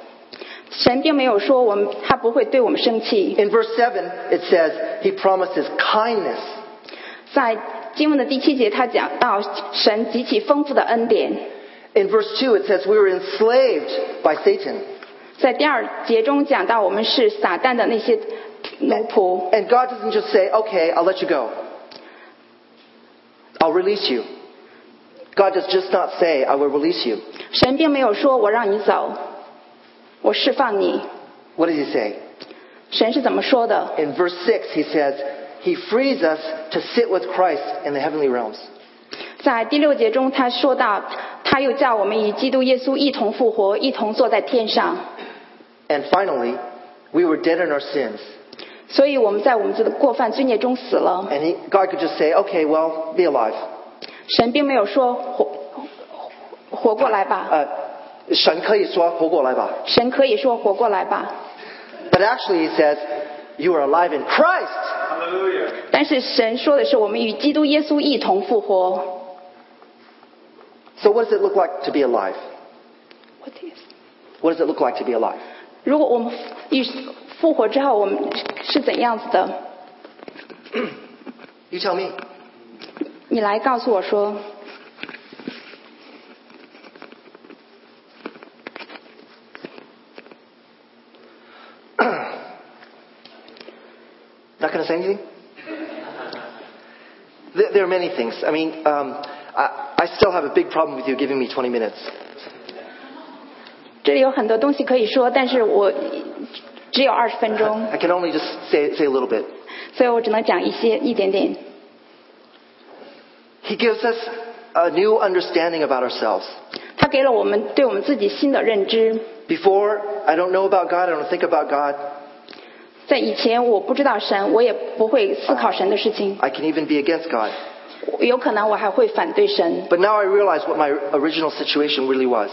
Speaker 4: 神并没有说我们他不会对我们生气。
Speaker 3: In verse 7, it says, He promises kindness.
Speaker 4: 在经文的第七节，他讲到神极其丰富的恩典。
Speaker 3: In verse 2, it says, We were enslaved by Satan.
Speaker 4: 在第二节中讲到我们是撒旦的那些奴仆，
Speaker 3: And God doesn't just say, Okay, I'll let you go. I'll release you. God does just not say, I will release you.
Speaker 4: 神并没有说我让你走，我释放你。
Speaker 3: What does He say?
Speaker 4: 神是怎么说的？
Speaker 3: In verse 6, he says, He frees us to sit with Christ in the heavenly realms.
Speaker 4: 在第六节中，他说到，他又叫我们与基督耶稣一同复活，一同坐在天上。
Speaker 3: And finally, we were dead in our sins.
Speaker 4: 所以我们在我们这个过犯罪孽中死了。
Speaker 3: And he, God could just say, Okay, well, be alive.
Speaker 4: 神并没有说活活活过来吧，
Speaker 3: Uh, 神可以说活过来吧。
Speaker 4: 神可以说活过来吧，
Speaker 3: but actually, he says, You are alive in Christ.
Speaker 4: 但是神说的是我们与基督耶稣一同复活。
Speaker 3: So, what does it look like to be alive?
Speaker 4: What is-
Speaker 3: What does it look like to be alive?
Speaker 4: 如果我们与复活之后，我们是怎样子的？
Speaker 3: You tell me.
Speaker 4: 你来告诉我说，
Speaker 3: Not going to say anything? There, there are many things. I mean, um, I, I still have a big problem with you giving me 20 minutes.
Speaker 4: 这里有很多东西可以说，但是我只有二十分钟，
Speaker 3: I can only just say, say a little bit.
Speaker 4: 所以我只能讲一些一点点。
Speaker 3: He gives us a new understanding about ourselves.
Speaker 4: 他给了我们对我们自己新的认知。
Speaker 3: Before, I don't know about God, I don't think about God.
Speaker 4: 在以前，我不知道神，我也不会思考神的事情，
Speaker 3: I can even be against God.
Speaker 4: 有可能我还会反对神。
Speaker 3: But now I realize what my original situation really was.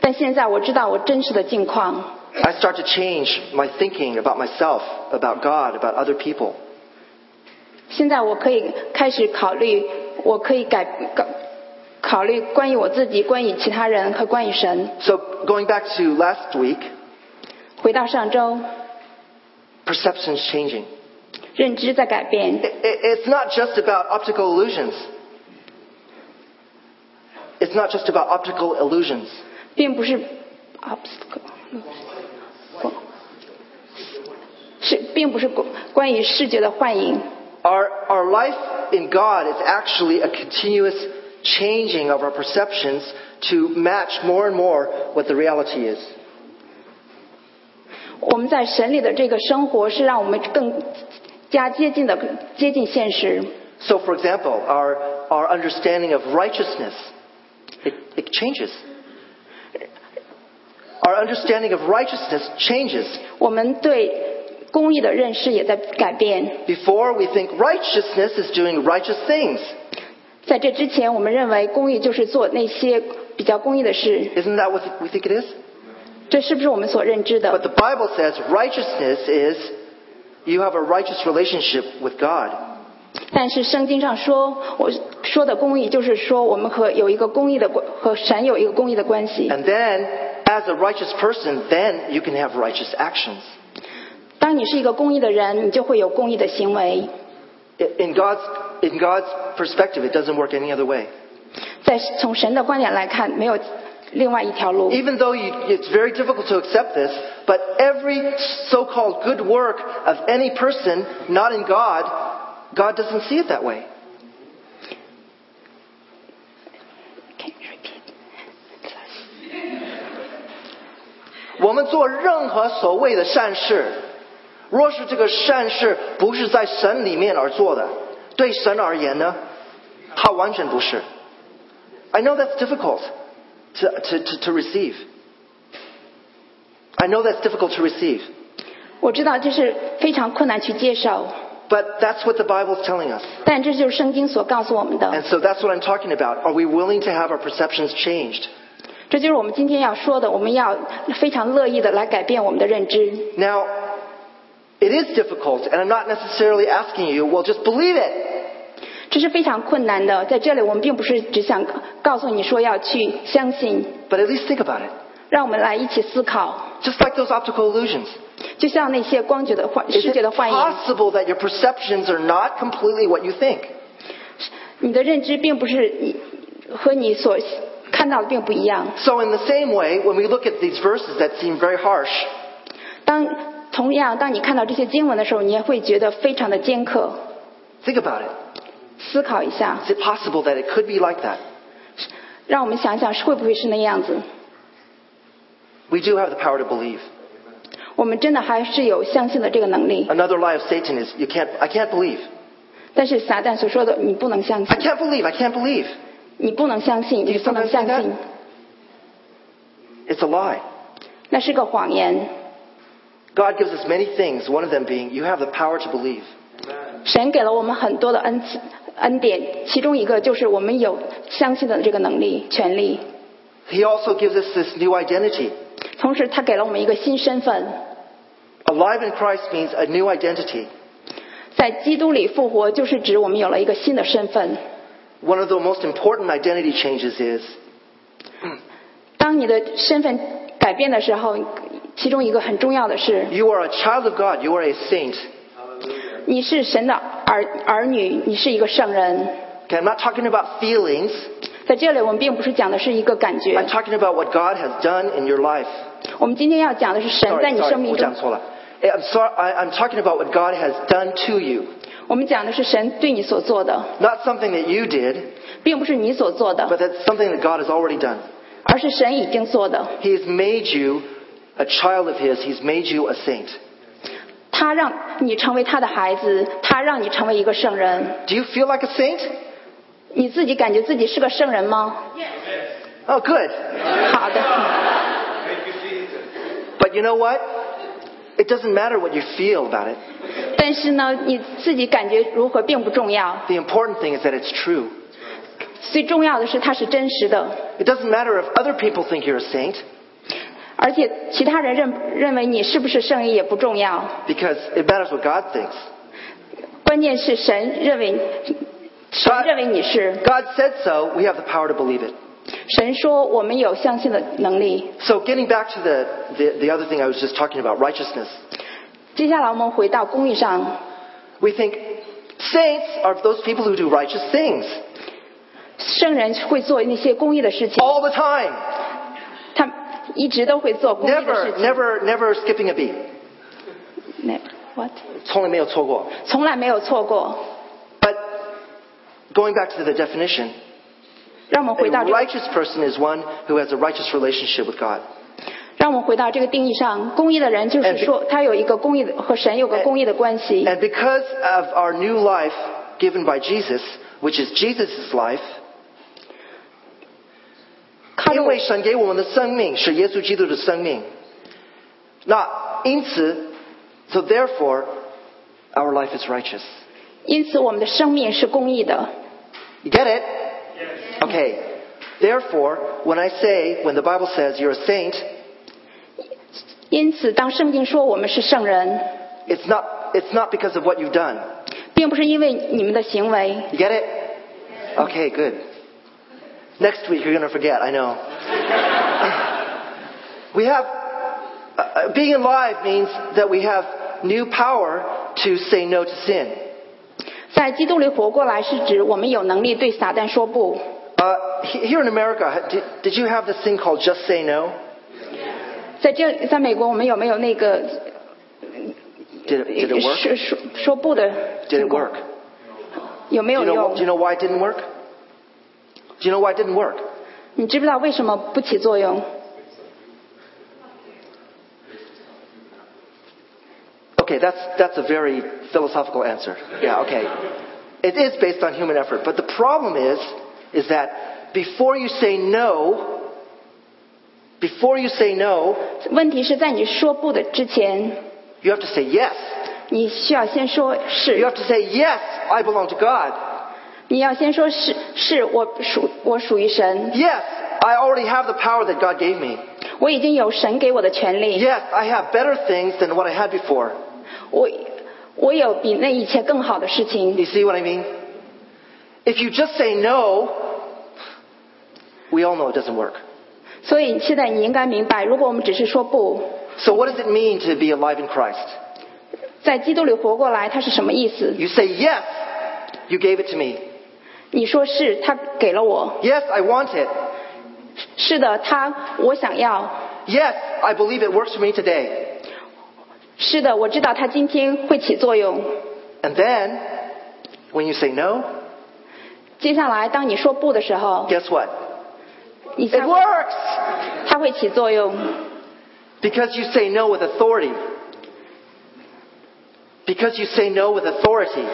Speaker 4: 但现在我知道我真实的境况，
Speaker 3: I start to change my thinking about myself, about God, about other people.
Speaker 4: 现在我可以开始考虑，我可以改考考虑关于我自己、关于其他人和关于神。
Speaker 3: So, going back to last week,
Speaker 4: 回到上周，
Speaker 3: perception's changing.
Speaker 4: 认知在改
Speaker 3: It,
Speaker 4: 变，
Speaker 3: it, it's not just about optical illusions. It's not just about optical illusions.
Speaker 4: 并不是啊 obstacle，是并不是关关于视觉的幻影。
Speaker 3: Our, our life in God is actually a continuous changing of our perceptions to match more and more what the reality is.
Speaker 4: 我们在神里的这个生活是让我们更加接近的接近现实。
Speaker 3: So, for example, our, our understanding of righteousness, it, it changes. Our understanding of righteousness changes.
Speaker 4: 我们对公益的认识也在改变。
Speaker 3: Before, we think righteousness is doing righteous things.
Speaker 4: 在这之前，我们认为公益就是做那些比较公益的事，
Speaker 3: Isn't that what we think it is?
Speaker 4: 这是不是我们所认知
Speaker 3: But
Speaker 4: 的？
Speaker 3: the Bible says righteousness is you have a righteous relationship with God.
Speaker 4: 但是圣经上说，我说的公益就是说我们和有一个公益的关，和神有一个公益的关系。
Speaker 3: And then, as a righteous person, then you can have righteous actions.
Speaker 4: 当你是一个公益的人，你就会有公益的行为。
Speaker 3: I- In God's, in God's perspective, it doesn't work any other way.
Speaker 4: 在从神的观点来看，没有另外一条路。
Speaker 3: Even though you, it's very difficult to accept this, but every so called good work of any person not in God, God doesn't see it that way.
Speaker 4: Can you repeat?
Speaker 3: 我们做任何所谓的善事，若是这个善事不是在神里面而做的，对神而言呢，它完全不是。I know that's difficult to to to, to receive. I know that's difficult to receive,
Speaker 4: 我知道这是非常困难去接受，
Speaker 3: but that's what the Bible's telling us,
Speaker 4: 但这就是圣经所告诉我们的
Speaker 3: and。so that's what I'm talking about. Are we willing to have our perceptions changed?
Speaker 4: 这就是我们今天要说的，我们要非常乐意的来改变我们的认知。
Speaker 3: Now, it is difficult, and I'm not necessarily asking you, well, just believe it.
Speaker 4: 这是非常困难的，在这里我们并不是只想告诉你说要去相信，
Speaker 3: But at least think about it.
Speaker 4: 让我们来一起思考，
Speaker 3: Just like those optical illusions.
Speaker 4: 就像那些光觉的幻、
Speaker 3: Is
Speaker 4: 视
Speaker 3: it
Speaker 4: 觉的幻影，
Speaker 3: possible that your perceptions are not completely what you think?
Speaker 4: 你的认知并不是你和你所看到的并不一样。
Speaker 3: So, in the same way, when we look at these verses that seem very harsh,
Speaker 4: 当同样，当你看到这些经文的时候，你也会觉得非常的尖刻。
Speaker 3: think about it.
Speaker 4: 思考一下，
Speaker 3: Is it possible that it could be like that?
Speaker 4: 让我们想想是会不会是那样子？
Speaker 3: We do have the power to believe.
Speaker 4: 我们真的还是有相信的这个能力，
Speaker 3: Another lie of Satan is, you can't, I can't believe.
Speaker 4: 但是撒旦所说的你不能相
Speaker 3: I
Speaker 4: 信，
Speaker 3: can't believe, I can't believe.
Speaker 4: 你不能相信，
Speaker 3: 你
Speaker 4: 你不能相
Speaker 3: 不能
Speaker 4: 信
Speaker 3: 相信，It's a lie.
Speaker 4: 那是个谎言。
Speaker 3: God gives us many things, one of them being, you have the power to believe.
Speaker 4: 神给了我们很多的恩赐恩典，其中一个就是我们有相信的这个能力、权利。
Speaker 3: He also gives us this new identity.
Speaker 4: 同时，他给了我们一个新身份，
Speaker 3: Alive in Christ means a new identity.
Speaker 4: 在基督里复活，就是指我们有了一个新的身份。
Speaker 3: One of the most important identity changes is
Speaker 4: 当你的身份改变的时候，其中一个很重要的是，
Speaker 3: You are a child of God. You are a saint.
Speaker 4: 你是神的儿儿女，你是一个圣人。
Speaker 3: Okay, I'm not talking about feelings.
Speaker 4: 在这里，我们并不是讲的是一个感
Speaker 3: I'm
Speaker 4: 觉，
Speaker 3: talking about what God has done in your life.
Speaker 4: 我们今天要讲的是神
Speaker 3: Sorry,
Speaker 4: 在你
Speaker 3: sorry,
Speaker 4: 生命中，
Speaker 3: 我讲错了。Eh, I'm, sorry, I, I'm talking about what God has done to you,
Speaker 4: 我们讲的是神对你所做的，
Speaker 3: not something that you did,
Speaker 4: 并不是你所做
Speaker 3: but
Speaker 4: 的，
Speaker 3: that's something that God has already done.
Speaker 4: 而是神已经做的。
Speaker 3: He has made you a child of His. He's made you a saint.
Speaker 4: 他让你成为他的孩子，他让你成为一个圣人。
Speaker 3: Do you feel like a saint?
Speaker 4: 你自己感觉自己是个圣人吗？
Speaker 3: Oh, good.
Speaker 4: 好 *laughs* 的，
Speaker 3: But you know what? It doesn't matter what you feel about it.
Speaker 4: 但是呢，你自己感觉如何并不重要，
Speaker 3: The important thing is that it's true.
Speaker 4: 最重要的是它是真实的，
Speaker 3: It doesn't matter if other people think you're a saint
Speaker 4: 而且其他人认认为你是不是圣人也不重要，
Speaker 3: because it matters what God thinks.
Speaker 4: 关键是神认为，神认为你是
Speaker 3: God said so, we have the power to believe it.
Speaker 4: 神说我们有相信的能力。
Speaker 3: So getting back to the, the, the other thing I was just talking about, righteousness.
Speaker 4: 接下来我们回到公益上，
Speaker 3: We think saints are those people who do righteous things
Speaker 4: 圣人会做那些公益的事情，
Speaker 3: all the time.
Speaker 4: 他一直都会做公益的事
Speaker 3: Never,
Speaker 4: 情。
Speaker 3: never, never skipping a beat.
Speaker 4: Never. What？
Speaker 3: 从来没有错过。
Speaker 4: 从来没有错过。
Speaker 3: But going back to the definition,
Speaker 4: 让我们
Speaker 3: a
Speaker 4: 回到这个，
Speaker 3: righteous person is one who has a righteous relationship with God.
Speaker 4: 让我们回到这个定义上。公益的人就
Speaker 3: And
Speaker 4: 是
Speaker 3: be-
Speaker 4: 说，他有一个公益的和神有个公益的关系。
Speaker 3: And because of our new life given by Jesus, which is Jesus' life,
Speaker 4: 靠着我，
Speaker 3: 因为神给我们的生命是耶稣基督的生命，那因此 so therefore our life is righteous.
Speaker 4: 因此我们的生命是公益的。
Speaker 3: You get it? Okay. Therefore, when I say, when the Bible says you're a saint,
Speaker 4: 因此，当圣经说我们是圣人，
Speaker 3: it's not it's not because of what you've done.
Speaker 4: 并不是因为你们的行为。
Speaker 3: You get it? Okay, good. Next week you're going to forget, I know. *laughs* we have, uh, uh, being alive means that we have new power to say no to sin.
Speaker 4: 在基督里活过来，是指我们有能力对撒旦说不。
Speaker 3: Uh, he- here in America, did, did you have this thing called just say no?
Speaker 4: 在这，在美国，我们有没有那个
Speaker 3: Did it, did it work?
Speaker 4: 说说说不的
Speaker 3: Did
Speaker 4: 情
Speaker 3: it
Speaker 4: 况？
Speaker 3: work?
Speaker 4: 有没
Speaker 3: Do
Speaker 4: 有
Speaker 3: you, know, do you
Speaker 4: 用？
Speaker 3: know why it didn't work? Do you know why it didn't work?
Speaker 4: 你知不知道为什么不起作用？
Speaker 3: Okay, that's, that's a very philosophical answer. Yeah, okay. It is based on human effort, but the problem is, is that before you say no, before you say no,
Speaker 4: 问题是在你说不的之前，
Speaker 3: you have to say yes.
Speaker 4: 你需要先说
Speaker 3: You
Speaker 4: 是
Speaker 3: have，to say yes, I belong to God.
Speaker 4: 你要先说是是我属我属于神，
Speaker 3: Yes, I already have the power that God gave me.
Speaker 4: 我已经有神给我的权利，
Speaker 3: Yes, I have better things than what I had before.
Speaker 4: 我我有比那以前更好的事
Speaker 3: You
Speaker 4: 情。
Speaker 3: see what I mean? If you just say no, we all know it doesn't work.
Speaker 4: 所以现在你应该明白，如果我们只是说不，
Speaker 3: So what does it mean to be alive in Christ?
Speaker 4: 在基督里活过来，它是什么意思？
Speaker 3: You say, yes, you gave it to me.
Speaker 4: 你说是他给了我，
Speaker 3: Yes, I want it.
Speaker 4: 是的，他我想要，
Speaker 3: Yes, I believe it works for me today.
Speaker 4: 是的，我知道他今天会起作用。
Speaker 3: And then, when you say no,
Speaker 4: 接下来，当你说不的时候，
Speaker 3: guess what?
Speaker 4: 你
Speaker 3: It
Speaker 4: 才会
Speaker 3: works!
Speaker 4: 它会起作用。
Speaker 3: Because you say no with authority. Because you say no with authority.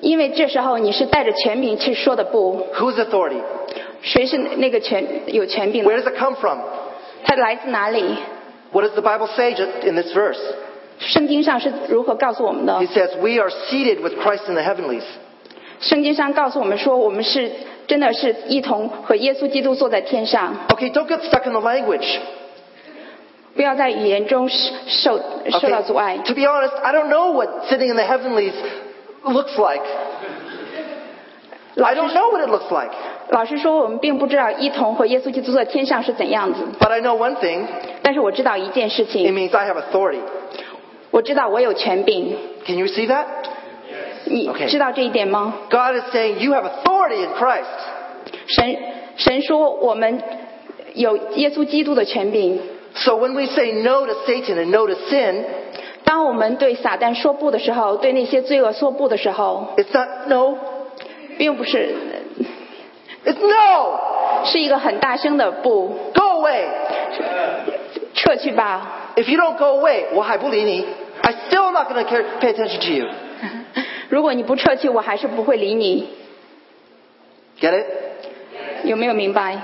Speaker 4: 因为这时候你是带着权柄去说的不，
Speaker 3: Whose authority?
Speaker 4: 谁是那个权有权柄的？
Speaker 3: Where does it come from?
Speaker 4: 他来自哪里？
Speaker 3: What does the Bible say just in this verse?
Speaker 4: 圣经上是如何告诉我们的
Speaker 3: He？says, We are seated with Christ in the heavenlies.
Speaker 4: 圣经上告诉我们说，我们是真的是一同和耶稣基督坐在天上，
Speaker 3: Okay, don't get stuck in the language.
Speaker 4: 不要在语言中受受到阻碍
Speaker 3: Okay,。to be honest, I don't know what sitting in the heavenlies looks like. I don't know what it looks like.
Speaker 4: 老实说，我们并不知道一同和耶稣基督坐在天上是怎样子，
Speaker 3: But I know one thing
Speaker 4: 但是我知道一件事
Speaker 3: it
Speaker 4: 情，
Speaker 3: means I have authority.
Speaker 4: 我知道我有权柄。
Speaker 3: Can you see that?
Speaker 4: 你
Speaker 3: Okay
Speaker 4: 知道这一点吗？
Speaker 3: God is saying you have authority in Christ.
Speaker 4: 神神说我们有耶稣基督的权柄。
Speaker 3: So when we say no to Satan and no to sin,
Speaker 4: 当我们对撒旦说不的时候，对那些罪恶说不的时候，
Speaker 3: It's not no.
Speaker 4: 并不是
Speaker 3: It's no.
Speaker 4: 是一个很大声的不，
Speaker 3: Go away.
Speaker 4: 撤去吧。
Speaker 3: If you don't go away, Wahaibulini, I still am not going to care, pay attention to you.
Speaker 4: 如果你不撤去，我还是不会理你。
Speaker 3: Get it?
Speaker 4: 有没有明白？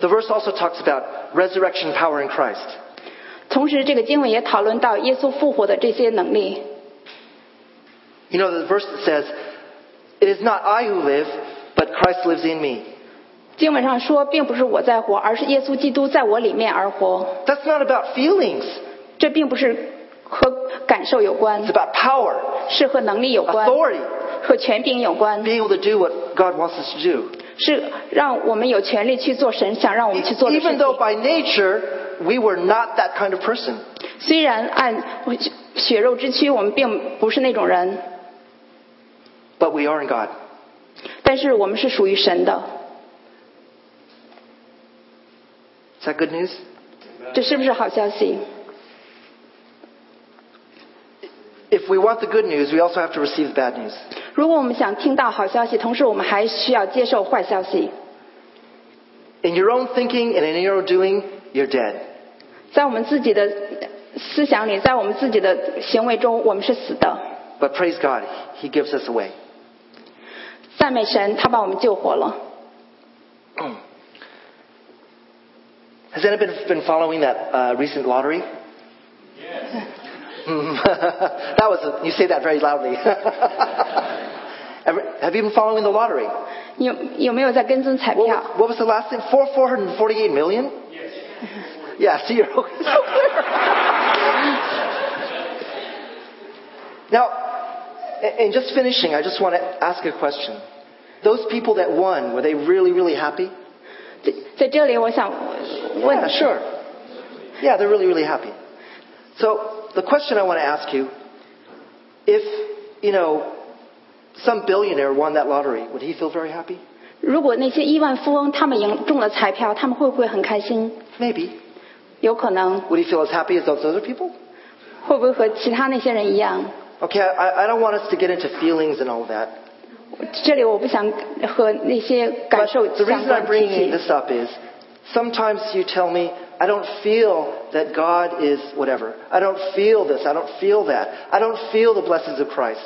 Speaker 3: The verse also talks about resurrection power in Christ.
Speaker 4: 同时，这个经文也讨论到耶稣复活的这些能力。
Speaker 3: You know, the verse that says, It is not I who live, but Christ lives in me.
Speaker 4: 经文上说，并不是我在活，而是耶稣基督在我里面而活。
Speaker 3: That's not about feelings.
Speaker 4: 这并不是和感受有关
Speaker 3: It's，about power,
Speaker 4: 是和能力有关，
Speaker 3: authority,
Speaker 4: 和权柄有关，
Speaker 3: being able to do what God wants us to do.
Speaker 4: 是让我们有权利去做神想让我们去做的事
Speaker 3: Even though
Speaker 4: 情。
Speaker 3: by nature we were not that kind of person.
Speaker 4: 虽然按血肉之躯，我们并不是那种人，
Speaker 3: But we are in God.
Speaker 4: 但是我们是属于神的。
Speaker 3: Is that good news?
Speaker 4: 这是不是好消息？
Speaker 3: If we want the good news, we also have to receive the bad news.
Speaker 4: 如果我们想听到好消息，同时我们还需要接受坏消息。
Speaker 3: In your own thinking and in your own doing, you're dead.
Speaker 4: 在我们自己的思想里，在我们自己的行为中，我们是死的。
Speaker 3: But praise God, He gives us away.
Speaker 4: 赞美神，他把我们救活了。
Speaker 3: Has anybody been following that uh, recent lottery? Mm. *laughs* that was you say that very loudly. *laughs* Ever- Have you been following the lottery?
Speaker 4: 你有有没有在跟踪彩
Speaker 3: What
Speaker 4: 票？
Speaker 3: was, what was the last thing? Four four hundred forty-eight million. Yeah. See, you're okay. so clear. now, a- in just finishing, I just want to ask a question. Those people that won, were they really, really happy?
Speaker 4: 在在这里，我想问
Speaker 3: Yeah, sure. Yeah, they're really, really happy. So the question I want to ask you, if you know some billionaire won that lottery, would he feel very happy?
Speaker 4: 如果那些亿万富翁他们赢中了彩票，他们会不会很开心？
Speaker 3: Maybe.
Speaker 4: 有可能
Speaker 3: Would he feel as happy as those other people?
Speaker 4: 会不会和其他那些人一样？
Speaker 3: Okay, I, I don't want us to get into feelings and all that.
Speaker 4: 这里我不想和那些
Speaker 3: But
Speaker 4: 感受
Speaker 3: the
Speaker 4: 相
Speaker 3: reason I'm
Speaker 4: 关提
Speaker 3: bringing
Speaker 4: 起。
Speaker 3: this up is sometimes you tell me I don't feel that God is whatever. I don't feel this. I don't feel that. I don't feel the blessings of Christ.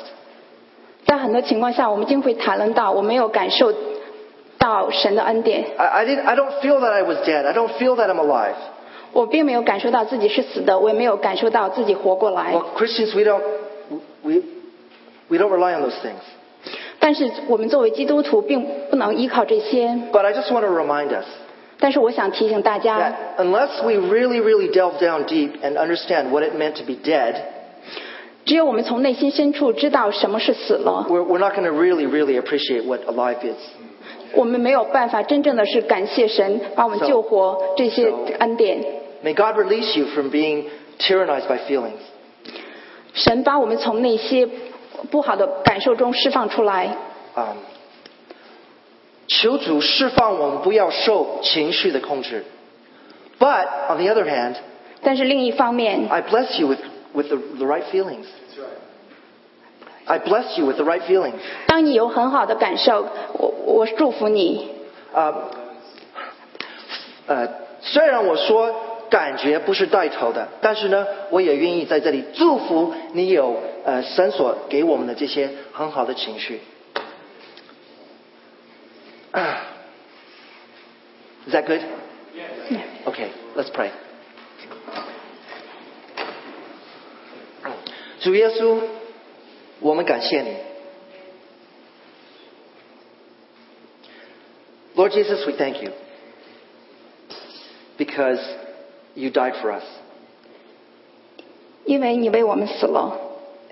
Speaker 4: 在很多情况下，我们竟会谈论到我没有感受到神的恩典，
Speaker 3: I, I, didn't, I don't feel that I was dead. I don't feel that I'm alive.
Speaker 4: 我并没有感受到自己是死的，我也没有感受到自己活过来。
Speaker 3: Well, Christians, we don't, we, we don't rely on those things.
Speaker 4: 但是我们作为基督徒，并不能依靠这些。
Speaker 3: But I just want to remind us
Speaker 4: 但是我想提醒大家，
Speaker 3: that unless we really, really delve down deep and understand what it meant to be dead,
Speaker 4: 只有我们从内心深处知道什么是死了，
Speaker 3: we're, we're not going to really, really appreciate what alive is.
Speaker 4: 我们没有办法真正的是感谢神把我们
Speaker 3: So-
Speaker 4: 救活这些
Speaker 3: so-
Speaker 4: 恩典。
Speaker 3: May God release you from being tyrannized by feelings.
Speaker 4: 神把我们从那些不好的感受中释放出来。
Speaker 3: Um, 求主释放我们不要受情绪的控制. But on the other hand,
Speaker 4: 但是另一方面，
Speaker 3: I bless you with, with the, the right feelings. I bless you with the right feelings.
Speaker 4: 当你有很好的感受，我我祝福你。
Speaker 3: 呃呃，虽然我说感觉不是带头的，但是呢，我也愿意在这里祝福你有呃神所给我们的这些很好的情绪。Is that good? Okay, let's pray. 主耶稣，我们感谢你。Lord Jesus, we thank you because you died for us.
Speaker 4: 因为你为我们死了，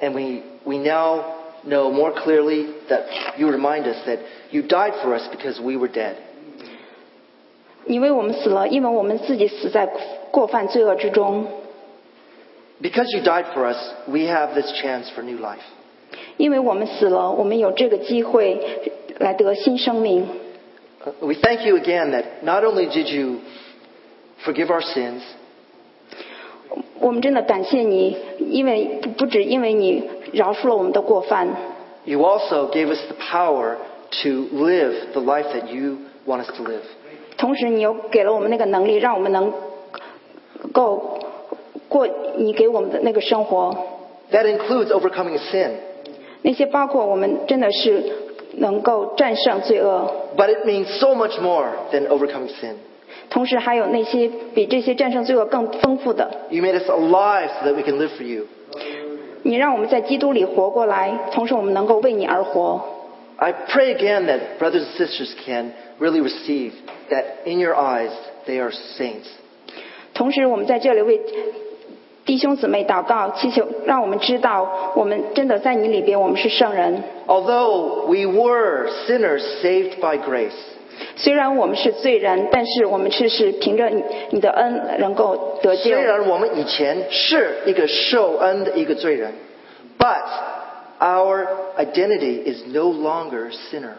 Speaker 3: And we, we now know more clearly that you remind us that you died for us because we were dead.
Speaker 4: 你为我们死了，因为我们自己死在过犯罪恶之中。
Speaker 3: Because you died for us, we have this chance for new life.
Speaker 4: 因为我们死了，我们有这个机会来得新生命。
Speaker 3: Uh, We thank you again that not only did you forgive our sins,
Speaker 4: 我们真的感谢你，因为不不止因为你饶恕了我们的过犯，
Speaker 3: You also gave us the power to live the life that you want us to live.
Speaker 4: 同时你又给了我们那个能力，让我们能够过你给我们的那个生活。
Speaker 3: That includes overcoming sin,
Speaker 4: 那些包括我们真的是能够战胜罪恶，
Speaker 3: but it means so much more than overcoming sin.
Speaker 4: 同时还有那些比这些战胜罪恶更丰富的。
Speaker 3: You made us alive so that we can live for you.
Speaker 4: 你让我们在基督里活过来，同时我们能够为你而活。
Speaker 3: I pray again that brothers and sisters can really receive that in your eyes they are saints.
Speaker 4: 同时，我们在这里为弟兄姊妹祷告，祈求让我们知道，我们真的在你里边，我们是圣人。
Speaker 3: Although we were sinners saved by grace,
Speaker 4: 虽然我们是罪人，但是我们却是凭着你你的恩能够得救。
Speaker 3: 虽然我们以前是一个受恩的一个罪人，but our identity is no longer sinner.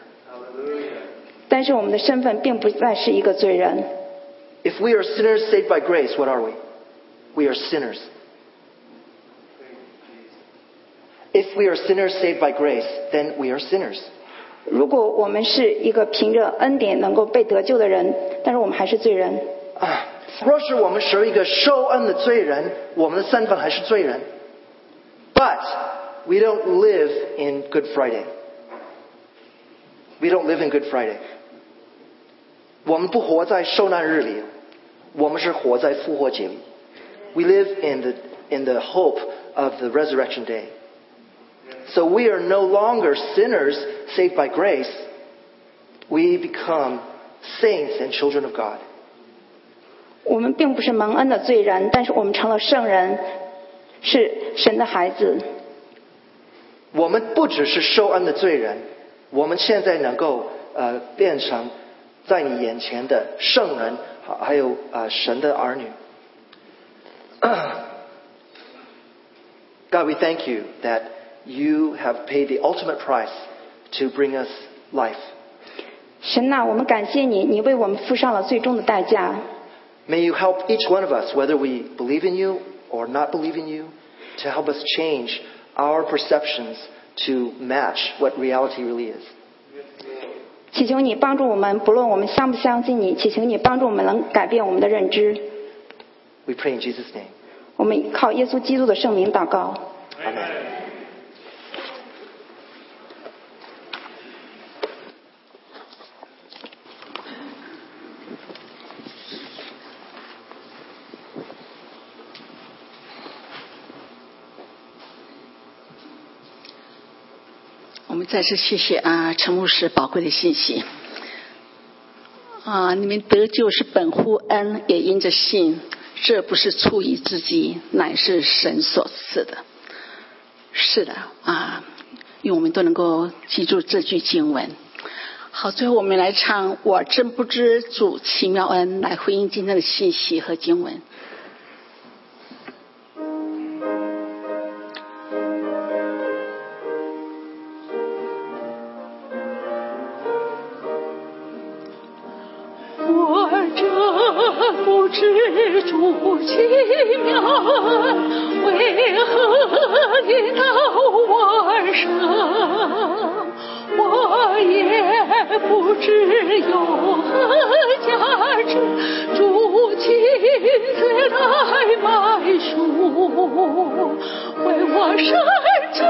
Speaker 4: 但是我们的身份并不再是一个罪人。
Speaker 3: If we are sinners saved by grace, what are we? We are sinners. If we are sinners saved by grace, then we are sinners.
Speaker 4: 如果我们是一个凭着恩典能够被得救的人，但是我们还是罪人。
Speaker 3: 啊，若是我们是一个受恩的罪人，我们的身份还是罪人。But we don't live in Good Friday. We don't live in Good Friday. 我们不活在受难日里，我们是活在复活节里。We live in the in the hope of the resurrection day. So we are no longer sinners saved by grace. We become saints and children of God.
Speaker 4: 我们并不是蒙恩的罪人，但是我们成了圣人，是神的孩子。
Speaker 3: 我们不只是受恩的罪人，我们现在能够呃变成在你眼前的圣人，还还有呃神的儿女。God, we thank you that you have paid the ultimate price to bring us life.
Speaker 4: 神呐、我们感谢你，你为我们付上了最终的代价。
Speaker 3: May you help each one of us, whether we believe in you or not believe in you, to help us change our perceptions to match what reality really is.
Speaker 4: 祈求你帮助我们，不论我们相不相信你，祈求你帮助我们能改变我们的认知。
Speaker 3: We pray in Jesus' name.
Speaker 4: 我们靠耶稣基督的圣名祷告。
Speaker 5: 我们再次谢谢啊，陈牧师宝贵的信息。啊，你们得救是本乎恩，也因着信，这不是出于自己，乃是神所赐的。是的啊，愿我们都能够记住这句经文。好，最后我们来唱《我真不知主奇妙恩》，来回应今天的信息和经文。
Speaker 6: 我这不知主奇妙恩，为何引导我生？我也不知有何价值，主亲自来买书，为我深知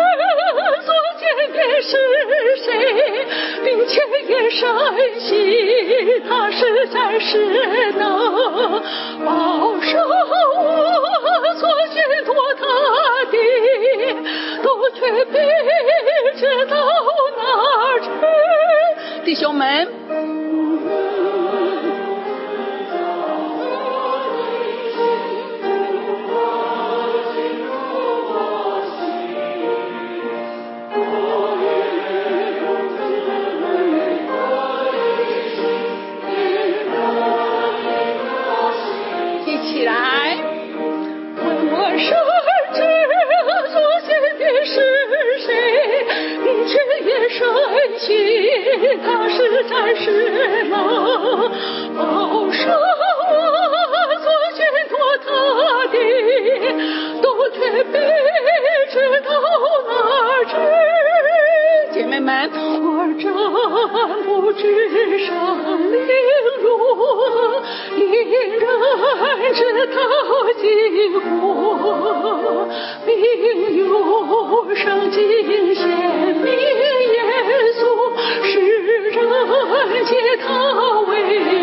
Speaker 6: 作见面是谁，并且也深信他实在是能保守我所信托他的，都却不知道哪知。
Speaker 5: 弟兄们，一起来。
Speaker 6: 问我深知所信的是谁，你却也深信他实在是能保守我所信托他的，们，我站不知上林路，隐然知道今火，命由上尽显明耶稣，世人皆他为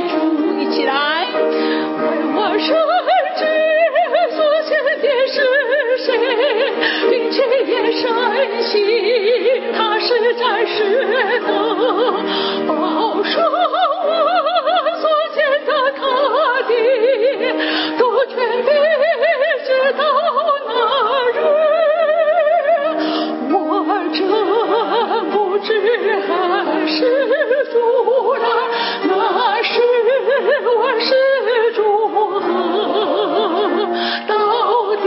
Speaker 6: 主。一起来，为我伸知所献的是谁，并且也深信他是战士的保守我所见的他的主权的直到那日，我真不知还是主来，那是我是主啊，到底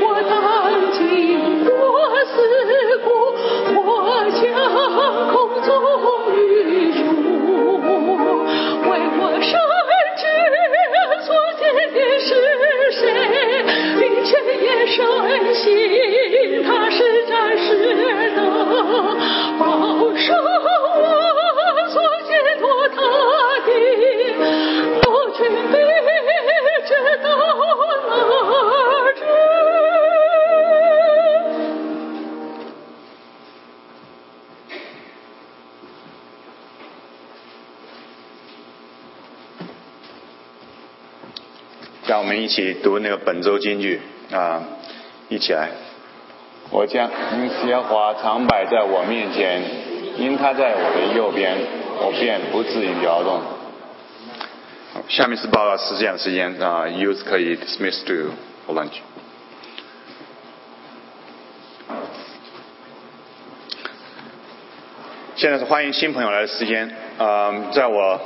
Speaker 6: 我当今我思故，我将空中玉树，为我深知所见的是谁，并且也深信他是战士的保守我所解脱他的我全被知道哪知。
Speaker 1: 让我们一起读那个本周金句啊，一起来。我将因耶和华常摆在我面前，因他在我的右边，我便不至于摇动。下面是报告时间的时间啊，youth 可以 dismiss to for lunch。现在是欢迎新朋友来的时间。啊、在我